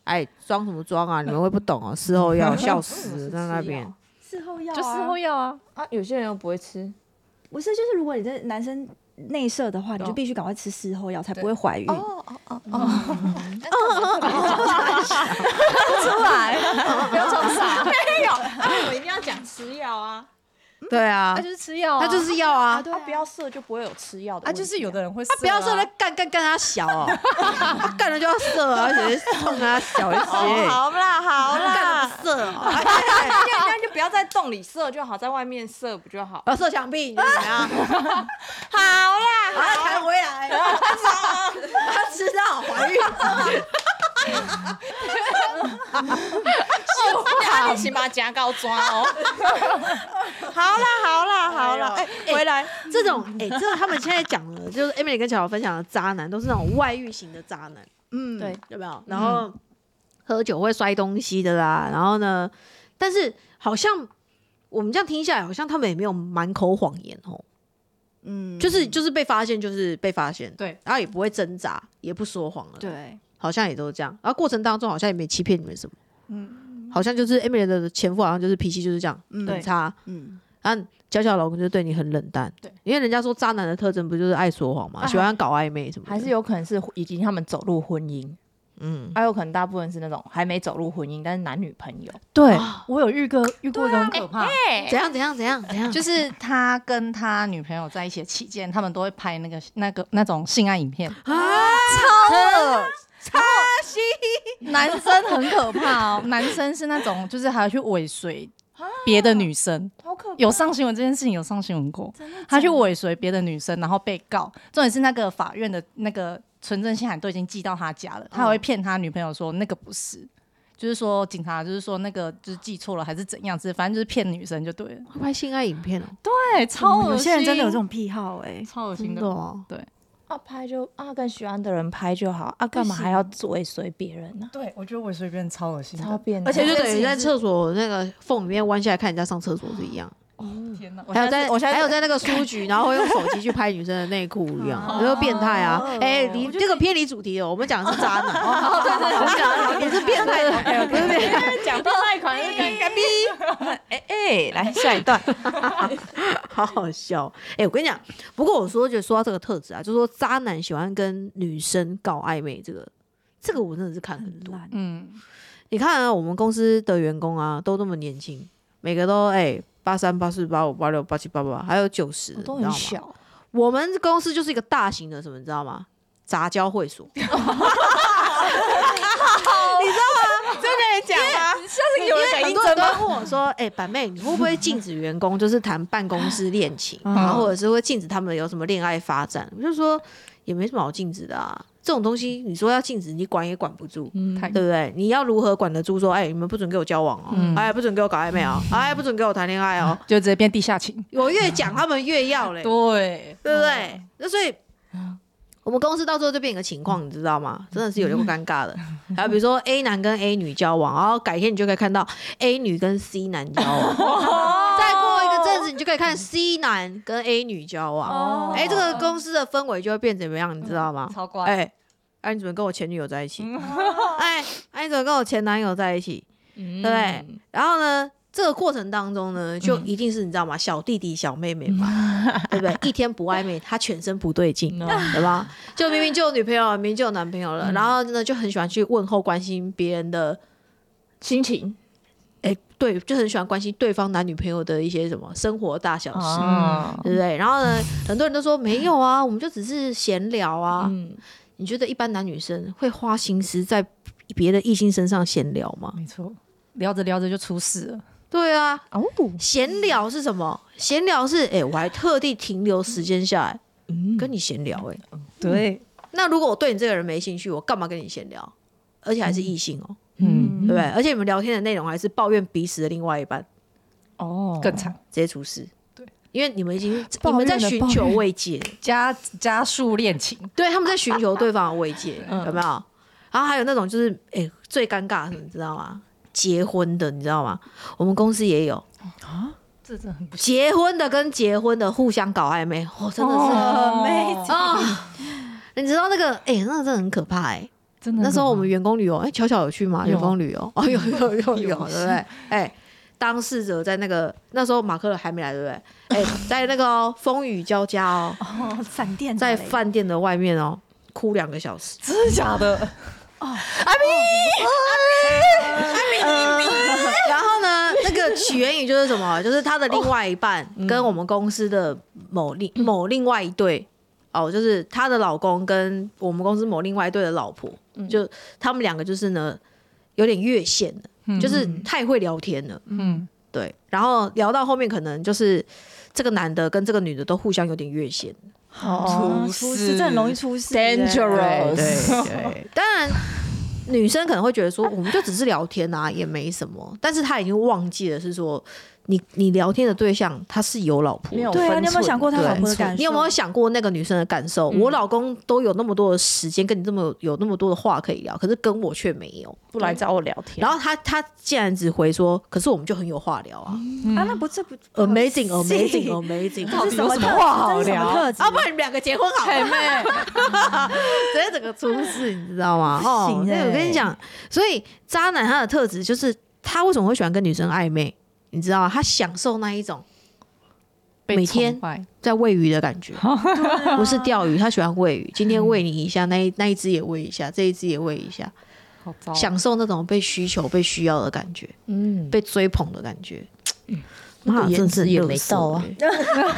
[SPEAKER 1] 哎，装什么装啊？你们会不懂哦。事后
[SPEAKER 3] *laughs*
[SPEAKER 1] 药笑死了，在那边。
[SPEAKER 2] 事后药
[SPEAKER 5] 就是会要啊，
[SPEAKER 3] 啊，有些人又不会吃，
[SPEAKER 2] 不是就是如果你在男生内射的话，你就必须赶快吃事后药，才不会怀孕。哦
[SPEAKER 5] 不要装傻，
[SPEAKER 3] 我一定要讲吃药啊，
[SPEAKER 1] 对啊
[SPEAKER 5] 他，就是吃药、啊，
[SPEAKER 1] 他就是要啊，
[SPEAKER 3] 他不要射就不会有吃药的
[SPEAKER 5] 啊，
[SPEAKER 3] 问题啊，
[SPEAKER 5] 就是有的人会、啊，
[SPEAKER 1] 他不要说在干干干他小哦，他干了就要射啊，而且是冲他小一些，
[SPEAKER 3] 哦好啦好
[SPEAKER 1] 干
[SPEAKER 3] 啦，
[SPEAKER 1] 了射哦，
[SPEAKER 3] 那就不要在洞里射就好，在外面射不就好？
[SPEAKER 1] 要射墙壁，你觉啊得怎么
[SPEAKER 3] *laughs*
[SPEAKER 1] 样？好啦，把
[SPEAKER 2] 啊
[SPEAKER 1] 它弹回来，他知道怀孕，
[SPEAKER 3] 那你先把夹高抓哦。 *laughs* 好啦好啦好啦，哎，回来
[SPEAKER 1] 这种哎，这种他们现在讲的，就是 Emily 跟小豪分享的渣男，都是那种外遇型的渣男。
[SPEAKER 2] 嗯，
[SPEAKER 3] 对
[SPEAKER 1] 有没有？然后、喝酒会摔东西的啦，然后呢，但是好像我们这样听下来，好像他们也没有满口谎言哦，
[SPEAKER 2] 嗯，
[SPEAKER 1] 就是就是被发现就是被发现，
[SPEAKER 5] 对，
[SPEAKER 1] 然后也不会挣扎，也不说谎了，，
[SPEAKER 2] 对，
[SPEAKER 1] 好像也都这样。然后过程当中好像也没欺骗你们什么，嗯，好像就是 Emily 的前夫好像就是脾气就是这样，
[SPEAKER 2] 嗯
[SPEAKER 1] 很差，
[SPEAKER 2] 嗯，
[SPEAKER 1] 啊，娇娇老公就对你很冷淡，
[SPEAKER 5] 对，
[SPEAKER 1] 因为人家说渣男的特征不就是爱说谎嘛，
[SPEAKER 5] 啊
[SPEAKER 1] 喜欢搞暧昧什么的，
[SPEAKER 3] 还是有可能是已经他们走入婚姻，
[SPEAKER 1] 嗯，
[SPEAKER 3] 还、有可能大部分是那种还没走入婚姻，但是男女朋友，
[SPEAKER 5] 对我
[SPEAKER 2] 哎
[SPEAKER 5] 有遇过遇过一个很可怕，
[SPEAKER 1] 怎样怎样怎样怎样，
[SPEAKER 5] 哎就是他跟他女朋友在一起的期间，他们都会拍那个那个那种性爱影片，
[SPEAKER 1] 啊，
[SPEAKER 5] 超心。男生很可怕哦，男生是那种就是还要去尾随别的女生，
[SPEAKER 3] 好可
[SPEAKER 5] 有上新闻这件事情有上新闻过，他去尾随别的女生，然后被告，重点是那个法院的那个存证信函都已经寄到他家了，他还会骗他女朋友说那个不是。就是说，警察就是说那个就是记错了还是怎样，是反正就是骗女生就对了。
[SPEAKER 1] 会拍性爱影片哦，
[SPEAKER 5] 对，哎超
[SPEAKER 2] 有
[SPEAKER 5] 恶心。
[SPEAKER 2] 些人真的有这种癖好哎、
[SPEAKER 5] *laughs* 超恶
[SPEAKER 1] 真
[SPEAKER 5] 心
[SPEAKER 1] 的哦，
[SPEAKER 3] 啊，拍就啊，跟喜欢的人拍就好啊，干嘛还要尾随别人呢、
[SPEAKER 5] 对，我觉得尾随别人超恶心
[SPEAKER 3] 超变态，
[SPEAKER 1] 而且就等于在厕所那个缝里面弯下来看人家上厕所是一样，
[SPEAKER 5] 天哪！
[SPEAKER 1] 哦还有在
[SPEAKER 3] 我现在
[SPEAKER 1] 还有在那个书 *laughs* 局，然后会用手机去拍女生的内裤一样，你说变态啊！哎，离这个偏离主题了，我们讲的是渣男， *laughs* 哦对对对我们讲的也是变态 *laughs*
[SPEAKER 2] 哎
[SPEAKER 1] 的，不是变态。
[SPEAKER 3] 讲到那一款就尴尬逼。哎哎，来下一段。
[SPEAKER 1] 好好笑。哎、我跟你讲，不过我说，就说到这个特质啊，就说渣男喜欢跟女生搞暧昧，这个这个我真的是看很
[SPEAKER 2] 很
[SPEAKER 1] 多。
[SPEAKER 2] 烂。
[SPEAKER 5] *laughs* 嗯，
[SPEAKER 1] 你看啊，我们公司的员工啊，都那么年轻，每个都哎八三、八四、八五、八六、八七、八八，还有九
[SPEAKER 2] 哦
[SPEAKER 1] 十，你知
[SPEAKER 5] 都
[SPEAKER 1] 道
[SPEAKER 5] 很
[SPEAKER 1] 吗？
[SPEAKER 5] 小，
[SPEAKER 1] 我们公司就是一个大型的什么，你知道吗？杂交会所，你知道吗？真的讲啊，
[SPEAKER 3] 下次
[SPEAKER 1] 因
[SPEAKER 3] 有人
[SPEAKER 1] 为很多人都会问我说：“哎、板妹，你会不会禁止员工就是谈办公室恋情，
[SPEAKER 2] 嗯
[SPEAKER 1] 然后或者是会禁止他们有什么恋爱发展？”我就说也没什么好禁止的啊，这种东西你说要禁止，你管也管不住。
[SPEAKER 5] 太
[SPEAKER 1] 对不对？你要如何管得住？说，哎、你们不准给我交往哦，
[SPEAKER 5] 嗯
[SPEAKER 1] 哎，不准给我搞暧昧哦，哎，不准给我谈恋爱哦。
[SPEAKER 5] 就直接变地下情。
[SPEAKER 1] 我越讲他们越要嘞，
[SPEAKER 5] 对，
[SPEAKER 1] 对不对？那所以我们公司到最后就变一个情况，你知道吗？真的是有点尴尬的。还有比如说 A 男跟 A 女交往，然后改天你就可以看到 A 女跟 C 男交往，再过一个阵子你就可以看 C 男跟 A 女交往。
[SPEAKER 3] 哦
[SPEAKER 1] 哎、这个公司的氛围就会变怎么样，你知道吗？
[SPEAKER 5] 超乖
[SPEAKER 1] 哎、哎、你怎么跟我前女友在一起？哎、哎、你怎么跟我前男友在一起？
[SPEAKER 3] 嗯
[SPEAKER 5] 对
[SPEAKER 1] 对不对？然后呢，这个过程当中呢，就一定是你知道吗？小弟弟、小妹妹 *laughs* 嘛，对不对？一天不暧昧，他全身不对 *laughs* 劲，对吧？就明明就有女朋友，啊明明就有男朋友了，然后呢就很喜欢去问候、关心别人的，
[SPEAKER 3] 心情
[SPEAKER 1] 哎，对，就很喜欢关心对方男女朋友的一些什么生活大小事。
[SPEAKER 3] 啊，
[SPEAKER 1] 对不对？然后呢，很多人都说没有啊，我们就只是闲聊啊。
[SPEAKER 3] 嗯，
[SPEAKER 1] 你觉得一般男女生会花心思在别的异性身上闲聊吗？
[SPEAKER 5] 没错，聊着聊着就出事了。
[SPEAKER 1] 对啊，
[SPEAKER 5] 哦，
[SPEAKER 1] 闲聊是什么？闲聊是哎、欸我还特地停留时间下来，
[SPEAKER 3] 嗯
[SPEAKER 1] 跟你闲聊哎、
[SPEAKER 5] 对，
[SPEAKER 1] 那如果我对你这个人没兴趣，我干嘛跟你闲聊？而且还是异性哦、
[SPEAKER 5] 嗯，
[SPEAKER 1] 对不对？而且你们聊天的内容还是抱怨彼此的另外一半，
[SPEAKER 3] 哦，
[SPEAKER 5] 更惨，
[SPEAKER 1] 直接出事。
[SPEAKER 5] 对，
[SPEAKER 1] 因为你们已
[SPEAKER 5] *laughs*
[SPEAKER 1] 经你
[SPEAKER 3] 抱
[SPEAKER 1] 们
[SPEAKER 3] 怨
[SPEAKER 1] 在
[SPEAKER 3] 的
[SPEAKER 1] 寻
[SPEAKER 3] 抱
[SPEAKER 1] 求
[SPEAKER 3] 怨
[SPEAKER 1] 慰藉，
[SPEAKER 5] 加加速恋情，
[SPEAKER 1] 对，他们在寻求对方的慰藉，
[SPEAKER 3] 嗯
[SPEAKER 1] 有没有？然后还有那种就是哎、欸最尴尬的是什么，你知道吗？结婚的，你知道吗？我们公司也有
[SPEAKER 5] 啊这真的很不行。
[SPEAKER 1] 结婚的跟结婚的互相搞暧昧，哦，真的是。
[SPEAKER 5] 哦，
[SPEAKER 1] 啊，你知道那个，哎、那个真的很可怕哎、
[SPEAKER 5] 真的
[SPEAKER 1] 那时候我们员工旅游，哎、巧巧有去吗？
[SPEAKER 5] 有
[SPEAKER 1] 员工旅游，哦，有有有有，对
[SPEAKER 5] 有
[SPEAKER 1] 不对？哎、当事者在那个那时候马克还没来，对不对？哎、在那个、哦、风雨交加哦，
[SPEAKER 2] 哦，闪电
[SPEAKER 1] 在
[SPEAKER 2] 犯
[SPEAKER 1] 饭店的外面哦，哭两个小时。
[SPEAKER 5] 真的假的？
[SPEAKER 1] *laughs* 然后呢，那个起源于就是什
[SPEAKER 5] *laughs*
[SPEAKER 1] 么？就是他的另外一半跟我们公司的某另
[SPEAKER 5] 哦
[SPEAKER 1] 某另外一对。哦，就是她的老公跟我们公司某另外一对的老婆，
[SPEAKER 5] 嗯
[SPEAKER 1] 就他们两个就是呢，有点越线了，就是太会聊天了，
[SPEAKER 5] 嗯，
[SPEAKER 1] 对。然后聊到后面，可能就是这个男的跟这个女的都互相有点越线，
[SPEAKER 2] 哦
[SPEAKER 5] 出
[SPEAKER 2] 出
[SPEAKER 5] 事
[SPEAKER 2] 事，这很容易出事欸。
[SPEAKER 3] Dangerous
[SPEAKER 1] 哎对对。哦 *laughs* 当然，女生可能会觉得说，我们就只是聊天啊，也没什么。但是她已经忘记了，是说你你聊天的对象他是有老婆的，
[SPEAKER 3] 没有
[SPEAKER 2] 对啊，
[SPEAKER 3] 分
[SPEAKER 2] 你有没有
[SPEAKER 3] 寸
[SPEAKER 2] 想过他
[SPEAKER 1] 对
[SPEAKER 2] 老婆的感受？嗯
[SPEAKER 1] 你有没有想过那个女生的感受？我老公都有那么多的时间跟你这么有那么多的话可以聊，可是跟我却没有。
[SPEAKER 3] *laughs* 不来找我聊天，
[SPEAKER 1] 然后他他竟然只回说，可是我们就很有话聊啊、
[SPEAKER 2] 啊？那不这不
[SPEAKER 1] a m a z i n g
[SPEAKER 2] 不哦是
[SPEAKER 1] amazing 哦 amazing，
[SPEAKER 2] 这是什
[SPEAKER 5] 有
[SPEAKER 2] 么
[SPEAKER 5] 什么
[SPEAKER 2] 特
[SPEAKER 5] 话好
[SPEAKER 2] 这是什么
[SPEAKER 5] 聊
[SPEAKER 2] 特质
[SPEAKER 1] 啊，不然你们两个结婚好了，
[SPEAKER 5] 妹，
[SPEAKER 1] 直接整个出事，你知道吗？哦，
[SPEAKER 2] 不行
[SPEAKER 1] 对，
[SPEAKER 2] 欸
[SPEAKER 1] 我跟你讲，所以渣男他的特质就是他为什么会喜欢跟女生暧昧，你知道吗？他享受那一种
[SPEAKER 5] 被
[SPEAKER 1] 每
[SPEAKER 5] 崇
[SPEAKER 1] 天
[SPEAKER 5] 拜
[SPEAKER 1] 在喂鱼的感觉，不是钓鱼，他喜欢喂鱼。今天喂你一下，那一那一只也喂一下，这一只也喂一下，
[SPEAKER 5] 好糟哦，
[SPEAKER 1] 享受那种被需求、被需要的感觉，
[SPEAKER 3] 嗯，
[SPEAKER 1] 被追捧的感觉。
[SPEAKER 3] 那
[SPEAKER 1] 妈
[SPEAKER 3] 个颜值也没到啊，
[SPEAKER 1] 真的是很 *laughs* 垃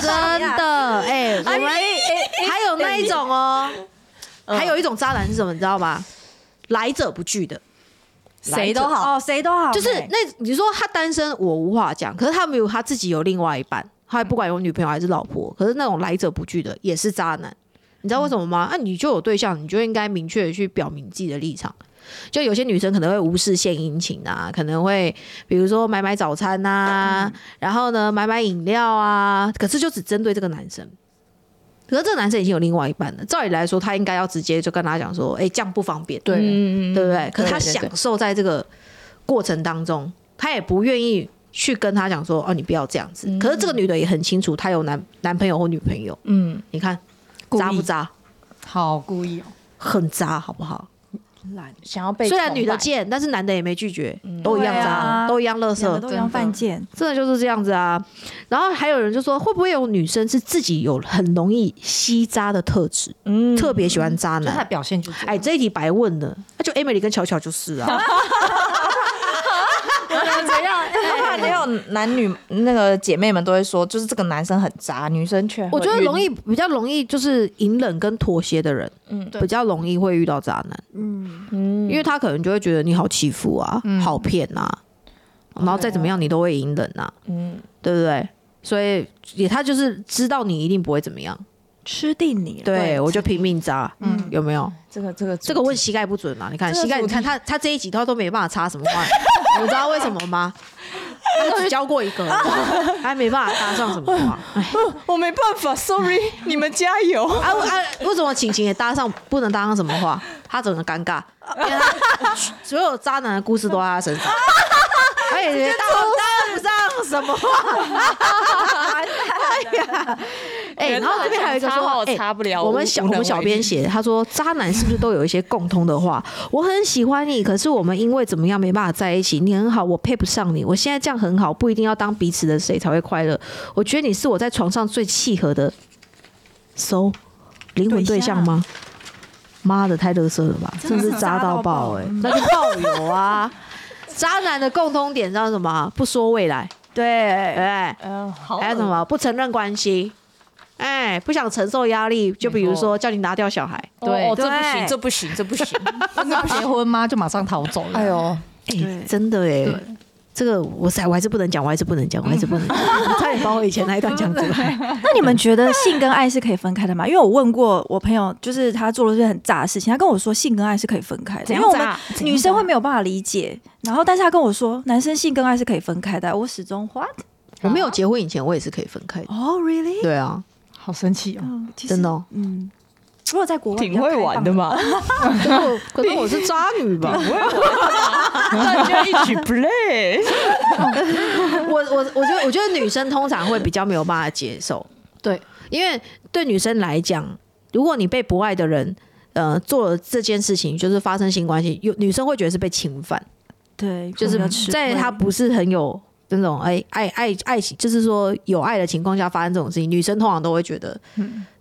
[SPEAKER 1] 圾欸真的哎，我们还有那一种哦，还有一种渣男是什么，你知道吗？来者不拒的，
[SPEAKER 5] 谁都好，
[SPEAKER 2] 哦， *laughs* 谁都好，
[SPEAKER 1] 就是那你说他单身，我无话讲，可是他没有他自己有另外一半，他不管有女朋友还是老婆，可是那种来者不拒的也是渣男，你知道为什么吗？那、你就有对象，你就应该明确的去表明自己的立场。就有些女生可能会无事献殷勤啊，可能会比如说买买早餐呐、然后呢买买饮料啊，可是就只针对这个男生。可是这个男生已经有另外一半了，照理来说他应该要直接就跟他讲说，哎、这样不方便。
[SPEAKER 5] 对
[SPEAKER 3] 嗯
[SPEAKER 1] 对不对？可
[SPEAKER 3] 对
[SPEAKER 1] 他
[SPEAKER 3] 对对
[SPEAKER 1] 享受在这个过程当中，他也不愿意去跟他讲说：“哦，你不要这样子。可是这个女的也很清楚，她有男男朋友或女朋友。
[SPEAKER 3] 嗯，
[SPEAKER 1] 你看
[SPEAKER 5] 故
[SPEAKER 1] 渣不
[SPEAKER 5] 意
[SPEAKER 1] 渣？
[SPEAKER 5] 好故意哦，
[SPEAKER 1] 很渣，好不好？
[SPEAKER 3] 想要被
[SPEAKER 1] 虽然
[SPEAKER 3] 崇
[SPEAKER 1] 女的
[SPEAKER 3] 拜
[SPEAKER 1] 贱，但是男的也没拒绝，都一样
[SPEAKER 2] 对
[SPEAKER 1] 渣，
[SPEAKER 2] 啊
[SPEAKER 1] 都一样垃
[SPEAKER 2] 两个
[SPEAKER 1] 圾，
[SPEAKER 2] 都一样犯贱，
[SPEAKER 1] 真的就是这样子啊。然后还有人就说，会不会有女生是自己有很容易吸渣的特质，
[SPEAKER 3] 嗯
[SPEAKER 1] 特别喜欢渣
[SPEAKER 5] 就他
[SPEAKER 1] 男？
[SPEAKER 5] 表现就是
[SPEAKER 1] 哎，这一题白问了，那就 Emily 跟巧巧就是啊。
[SPEAKER 3] 怎样？他没有男女那个姐妹们都会说，就是这个男生很渣，女生却
[SPEAKER 1] 我觉得
[SPEAKER 3] 会晕
[SPEAKER 1] 容易比较容易就是隐忍跟妥协的人，
[SPEAKER 3] 嗯
[SPEAKER 1] 比较容易会遇到渣男，
[SPEAKER 2] *laughs* 嗯，
[SPEAKER 3] 嗯
[SPEAKER 1] 因为他可能就会觉得你好欺负啊，
[SPEAKER 5] 嗯
[SPEAKER 1] 好骗啊，然后再怎么样你都会隐忍啊，
[SPEAKER 3] 嗯
[SPEAKER 1] 对不对？所以也他就是知道你一定不会怎么样，
[SPEAKER 2] 吃定你了，
[SPEAKER 1] 对我就拼命渣，嗯，有没有？
[SPEAKER 3] 这个这个
[SPEAKER 1] 这个 *laughs* 问膝盖不准啊嘛？你看
[SPEAKER 3] 这个
[SPEAKER 1] 膝盖，
[SPEAKER 3] 主
[SPEAKER 1] 你
[SPEAKER 3] 题
[SPEAKER 1] 看他他这一集他都没办法插什么 *laughs* 话，你知道为什么吗？他只教过一个， *laughs* 他没办法搭上什么话。哎
[SPEAKER 3] 我没办法，sorry，你 *laughs* 们加油。
[SPEAKER 1] 啊啊！为什么晴晴也搭上不能搭上什么话？她整个尴尬，因为她所有渣男的故事都在她身上，她也搭搭不上什么话。哎呀，哎，然后这边还有一个
[SPEAKER 3] 插
[SPEAKER 1] 说，
[SPEAKER 3] 话
[SPEAKER 1] 哎，
[SPEAKER 3] 插不了
[SPEAKER 1] 我
[SPEAKER 3] 无
[SPEAKER 1] 们小
[SPEAKER 3] 无
[SPEAKER 1] 我
[SPEAKER 3] 能
[SPEAKER 1] 们小
[SPEAKER 3] 为
[SPEAKER 1] 编
[SPEAKER 3] 力
[SPEAKER 1] 写的，他说渣男是不是都有一些共通的话？我很喜欢你，可是我们因为怎么样没办法在一起。你很好，我配不上你。我现在这样很好，不一定要当彼此的谁才会快乐。我觉得你是我在床上最契合的，so 灵魂对象吗？妈的，太乐色了吧！真
[SPEAKER 2] 的
[SPEAKER 1] 是
[SPEAKER 2] 是
[SPEAKER 1] 渣
[SPEAKER 2] 渣
[SPEAKER 1] 到爆
[SPEAKER 2] 到爆
[SPEAKER 1] 哎、那就爆友啊！渣男的共通点知道什么？不说未来，
[SPEAKER 2] 对，
[SPEAKER 1] 哎、
[SPEAKER 3] 嗯，好
[SPEAKER 1] 还有什么不承认关系？哎，不想承受压力，就比如说叫你拿掉小孩，
[SPEAKER 5] 对
[SPEAKER 3] 哦，这不
[SPEAKER 1] 对
[SPEAKER 3] 行，这不行，这不 *laughs* 行。
[SPEAKER 5] 真的结婚吗？就马上逃走了。
[SPEAKER 3] 哎呦，
[SPEAKER 1] 哎
[SPEAKER 2] 对，
[SPEAKER 1] 真的哎，这个我还我还是不能讲，我还是不能讲，我还是不能讲，差点把我以前那一段讲出来。
[SPEAKER 2] 那你们觉得性跟爱是可以分开的吗？因为我问过我朋友，就是他做了这些很炸的事情，他跟我说性跟爱是可以分开的，因为我们女生会没有办法理解。然后，但是他跟我说，男生性跟爱是可以分开的。我始终 what？
[SPEAKER 1] 我没有结婚以前，我也是可以分开的。
[SPEAKER 2] 哦、r e a l l y
[SPEAKER 1] 对啊，
[SPEAKER 5] 好生气哦！
[SPEAKER 2] 嗯，其实
[SPEAKER 1] 真的哦。
[SPEAKER 2] 嗯，如果在国外比
[SPEAKER 3] 挺
[SPEAKER 2] 较
[SPEAKER 3] 会
[SPEAKER 2] 开
[SPEAKER 3] 玩
[SPEAKER 2] 放
[SPEAKER 3] 的，嘛，
[SPEAKER 1] 可是我可是我是渣女吧？
[SPEAKER 3] 大家
[SPEAKER 1] *laughs*
[SPEAKER 3] 一起 play。
[SPEAKER 1] 我我我觉得我觉得女生通常会比较没有办法接
[SPEAKER 2] *laughs*
[SPEAKER 1] 受，
[SPEAKER 5] 对，
[SPEAKER 1] 因为对女生来讲，如果你被不爱的人。呃，做了这件事情就是发生性关系，有女生会觉得是被侵犯，
[SPEAKER 2] 对，
[SPEAKER 1] 就是
[SPEAKER 2] 比较吃
[SPEAKER 1] 在
[SPEAKER 2] 亏
[SPEAKER 1] 她不是很有那种哎爱爱爱，就是说有爱的情况下发生这种事情，女生通常都会觉得，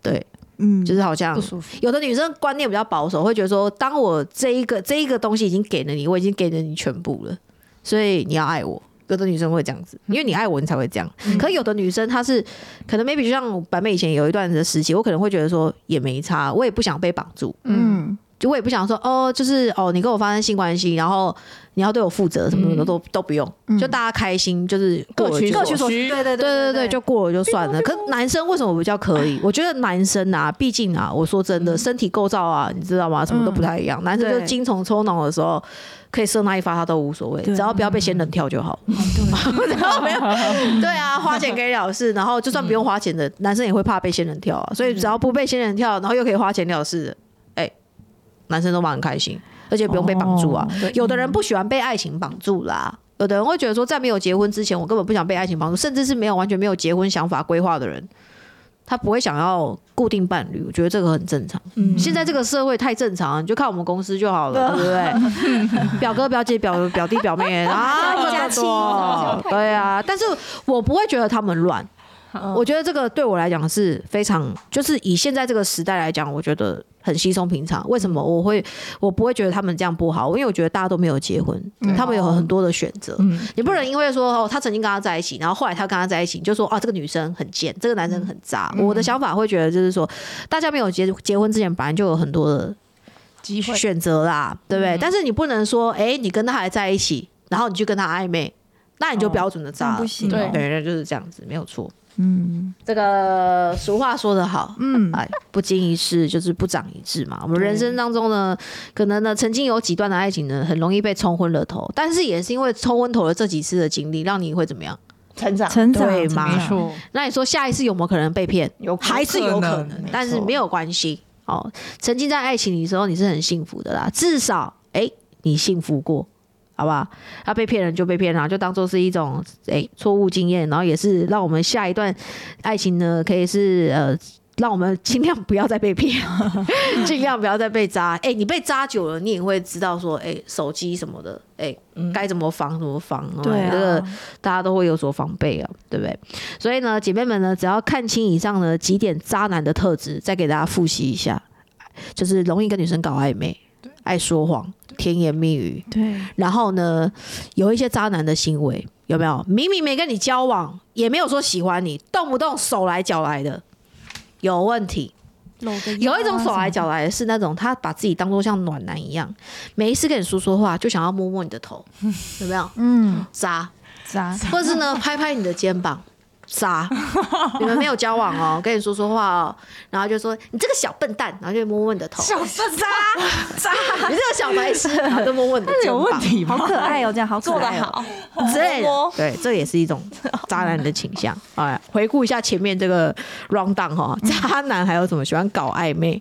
[SPEAKER 1] 对，
[SPEAKER 2] 嗯，
[SPEAKER 1] 就是好像
[SPEAKER 5] 不舒服。
[SPEAKER 1] 有的女生观念比较保守，会觉得说，当我这一个这一个东西已经给了你，我已经给了你全部了，所以你要爱我。有的女生会这样子，因为你爱我，你才会这样。可有的女生她是可能 maybe 就像白妹以前有一段的时期，我可能会觉得说也没差，我也不想被绑住，
[SPEAKER 2] 嗯，
[SPEAKER 1] 就我也不想说哦，就是哦，你跟我发生性关系，然后你要对我负责什么什么的都、都不用，就大家开心，就是过了
[SPEAKER 3] 各取
[SPEAKER 1] 就
[SPEAKER 3] 所
[SPEAKER 1] 好
[SPEAKER 2] 各取所需，对对
[SPEAKER 1] 对对对，就过了就算了。可是男生为什么比较可
[SPEAKER 2] *laughs*
[SPEAKER 1] 以？我觉得男生啊，毕竟啊，我说真的，身体构造啊，你知道吗？什么都不太一样。男生就是
[SPEAKER 2] 嗯对
[SPEAKER 1] 精虫抽脑的时候，可以射那一发他都无所谓，
[SPEAKER 2] 对嗯
[SPEAKER 1] 只要不要被仙人跳就好。 *laughs* 对，没
[SPEAKER 2] *laughs*
[SPEAKER 1] 有，对啊，花钱可以了事，然后就算不用花钱的，男生也会怕被仙人跳啊。
[SPEAKER 2] 嗯
[SPEAKER 1] 所以只要不被仙人跳，然后又可以花钱了事的，哎，男生都蛮开心，而且不用被绑
[SPEAKER 2] 哦
[SPEAKER 1] 住啊。有的人不喜欢被爱情绑住啦，有的人会觉得说，在没有结婚之前，我根本不想被爱情绑住，甚至是没有完全没有结婚想法规划的人，他不会想要固定伴侣。我觉得这个很正常。
[SPEAKER 3] 嗯
[SPEAKER 1] 现在这个社会太正常了，你就看我们公司就好了，对不对？ *laughs* 表哥、表姐、表表弟、表妹啊，
[SPEAKER 2] 一家
[SPEAKER 1] 这么多对啊。但是我不会觉得他们乱，我觉得这个对我来讲是非常，就是以现在这个时代来讲，我觉得很稀松平常。为什么我会我不会觉得他们这样不好？因为我觉得大家都没有结婚，他们有很多的选择。你不能因为说哦，他曾经跟他在一起，然后后来他跟他在一起，你就说哦，这个女生很贱，这个男生很渣。我的想法会觉得就是说，大家没有结结婚之前，本来就有很多的嗯
[SPEAKER 5] 机会
[SPEAKER 1] 选择啦，对不对？但是你不能说，哎、你跟他还在一起，然后你去跟他暧昧，那你就标准的渣了、
[SPEAKER 2] 不行
[SPEAKER 5] 哦
[SPEAKER 1] 对，对，就是这样子，没有错。嗯，这个俗话说得好，嗯，哎，不经一事就是不长一智嘛。我们人生当中呢，可能呢曾经有几段的爱情呢，很容易被冲昏了头，但是也是因为冲昏头了这几次的经历，让你会怎么样？
[SPEAKER 3] *laughs* 成长
[SPEAKER 2] 成长
[SPEAKER 1] 对嘛
[SPEAKER 5] 没错，
[SPEAKER 1] 那你说下一次有没有可能被骗？
[SPEAKER 3] 有可
[SPEAKER 1] 还是有可
[SPEAKER 3] 能
[SPEAKER 1] 能
[SPEAKER 3] 没，
[SPEAKER 1] 但是
[SPEAKER 3] 错
[SPEAKER 1] 没有关系哦。曾经在爱情里的时候，你是很幸福的啦，至少哎、你幸福过，好不好？他、被骗人就被骗啦，就当做是一种哎、错误经验，然后也是让我们下一段爱情呢，可以是呃。让我们尽量不要再被骗， *laughs* 尽量不要再被渣。哎、你被渣久了，你也会知道说，哎、手机什么的，哎、
[SPEAKER 3] 嗯
[SPEAKER 1] 该怎么防怎么防。哦
[SPEAKER 2] 对啊
[SPEAKER 1] 这个大家都会有所防备啊，对不对？所以呢，姐妹们呢，只要看清以上呢几点渣男的特质，再给大家复习一下，就是容易跟女生搞暧昧，爱说谎，甜言蜜语，
[SPEAKER 2] 对，
[SPEAKER 1] 然后呢，有一些渣男的行为，有没有？明明没跟你交往，也没有说喜欢你，动不动手来脚来的，有问题。有一种手
[SPEAKER 2] *laughs*
[SPEAKER 1] 来脚来的是那种他把自己当做像暖男一样，每一次跟你说说话就想要摸摸你的头，有没有？
[SPEAKER 2] 嗯，
[SPEAKER 1] 渣。
[SPEAKER 2] 渣，
[SPEAKER 1] 或是呢拍拍你的肩膀，
[SPEAKER 5] *laughs*
[SPEAKER 1] 渣，你们没有交往哦，跟你说说话哦，然后就说你这个小笨蛋，然后就摸摸你的头，
[SPEAKER 5] 小笨蛋，
[SPEAKER 1] *laughs* 你这个小白痴，
[SPEAKER 5] *laughs*
[SPEAKER 1] 然后就摸摸你的肩膀，
[SPEAKER 5] 题吗？
[SPEAKER 2] 好可爱哦，这样好可
[SPEAKER 3] 做得
[SPEAKER 2] 爱哦。
[SPEAKER 3] 好，
[SPEAKER 1] 之类的，对，这也是一种渣男的倾向。哎，回顾一下前面这个 round down 哈，
[SPEAKER 5] 嗯
[SPEAKER 1] 渣男还有什么喜欢搞暧昧，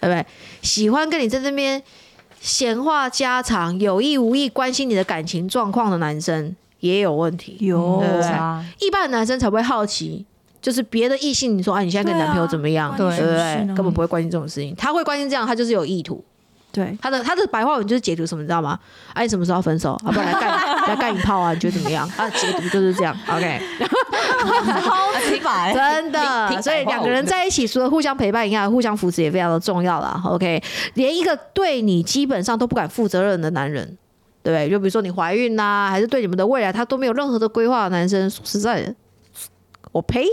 [SPEAKER 1] 对不对？喜欢跟你在这边闲话家常，有意无意关心你的感情状况的男生也有问题，
[SPEAKER 2] 有
[SPEAKER 1] 嗯对不对
[SPEAKER 5] 渣
[SPEAKER 1] 一般的男生才不会好奇，就是别的异性，你说啊，你现在跟你男朋友怎么样？
[SPEAKER 2] 对
[SPEAKER 1] 对不
[SPEAKER 2] 啊关你什么事
[SPEAKER 1] 对？
[SPEAKER 2] 呢
[SPEAKER 1] 根本不会关心这种事情，他会关心这样，他就是有意图。
[SPEAKER 2] 对，
[SPEAKER 1] 他的他的白话文就是解读什么，你知道吗？啊，你什么时候要分手？啊，不然来干 *laughs* 来干一炮啊？你觉得怎么样？啊，解读就是这样。OK，
[SPEAKER 5] 直白，
[SPEAKER 1] *laughs* 真
[SPEAKER 3] 挺
[SPEAKER 1] 的，
[SPEAKER 3] 挺
[SPEAKER 1] 所以
[SPEAKER 3] 白话
[SPEAKER 1] 两个人
[SPEAKER 3] 文的
[SPEAKER 1] 在一起，除了互相陪伴以外，互相扶持也非常的重要啦。OK，连一个对你基本上都不敢负责任的男人。对不对？就比如说你怀孕呐、还是对你们的未来他都没有任何的规划的男生，说实在的，我呸！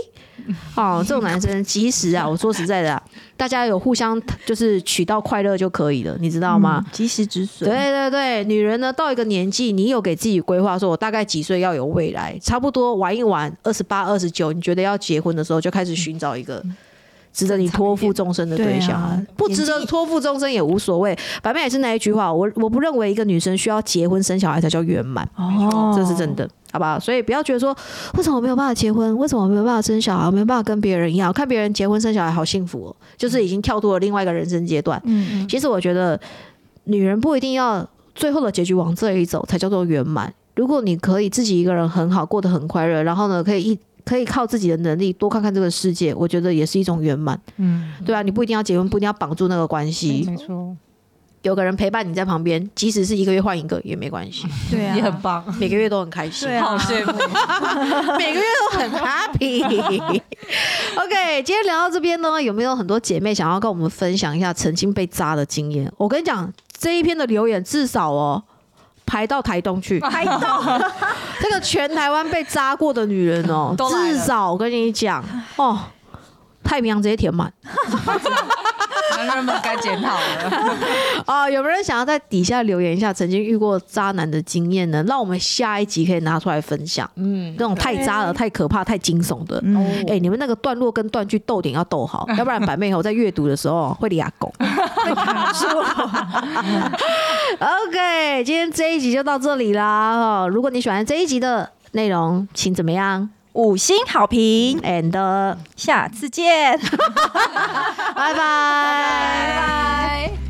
[SPEAKER 1] 哦，这种男生，其实啊，我说实在的、啊，大家有互相就是取到快乐就可以了，你知道吗？
[SPEAKER 2] 嗯及时止损。
[SPEAKER 1] 对对对，女人呢到一个年纪，你有给自己规划，说我大概几岁要有未来，差不多玩一玩，二十八、二十九，你觉得要结婚的时候，就开始寻找一个。值得你托付终身的对
[SPEAKER 2] 嗯对
[SPEAKER 1] 象，
[SPEAKER 2] 啊
[SPEAKER 1] 不值得托付终身也无所谓。白妹也是那一句话，我我不认为一个女生需要结婚生小孩才叫圆满。
[SPEAKER 2] 哦
[SPEAKER 1] 这是真的，好不好？所以不要觉得说，为什么我没有办法结婚？为什么我没有办法生小孩？我没有办法跟别人一样，看别人结婚生小孩好幸福哦，就是已经跳脱了另外一个人生阶段。
[SPEAKER 2] 嗯，
[SPEAKER 1] 其实我觉得，女人不一定要最后的结局往这里走才叫做圆满。如果你可以自己一个人很好，过得很快乐，然后呢，可以一可以靠自己的能力多看看这个世界，我觉得也是一种圆满。
[SPEAKER 5] 嗯，
[SPEAKER 1] 对啊，你不一定要结婚，不一定要绑住那个关系，
[SPEAKER 5] 没错，
[SPEAKER 1] 有个人陪伴你在旁边，即使是一个月换一个也没关
[SPEAKER 5] *laughs*
[SPEAKER 1] 系，
[SPEAKER 2] 对啊，
[SPEAKER 5] 也很棒，
[SPEAKER 1] 每个月都很开心。
[SPEAKER 2] 对啊，
[SPEAKER 5] 羡慕。
[SPEAKER 1] 每个月都很 happy。OK，今天聊到这边呢，有没有很多姐妹想要跟我们分享一下曾经被渣的经验？我跟你讲，这一篇的留言至少哦。排到台东去，排到 *laughs* 这个全台湾被渣过的女人哦，
[SPEAKER 5] 都来
[SPEAKER 1] 至
[SPEAKER 5] 了
[SPEAKER 1] 少我跟你讲哦，太平洋直接填满 *laughs*
[SPEAKER 5] 男人们该检讨了。
[SPEAKER 1] 啊、有没有人想要在底下留言一下曾经遇过渣男的经验呢？让我们下一集可以拿出来分享。
[SPEAKER 3] 嗯
[SPEAKER 1] 那，种太渣了、太可怕、太惊悚的，
[SPEAKER 2] 嗯，
[SPEAKER 1] 哎、你们那个段落跟断句逗点要逗好， *laughs* 要不然板妹以后在阅读的时候会俩 *laughs* 狗。OK，今天这一集就到这里啦。哦，如果你喜欢这一集的内容，请怎么样
[SPEAKER 2] 五星好评，
[SPEAKER 1] *laughs* ？And 拜
[SPEAKER 2] 下次见。
[SPEAKER 1] 拜。
[SPEAKER 4] 拜。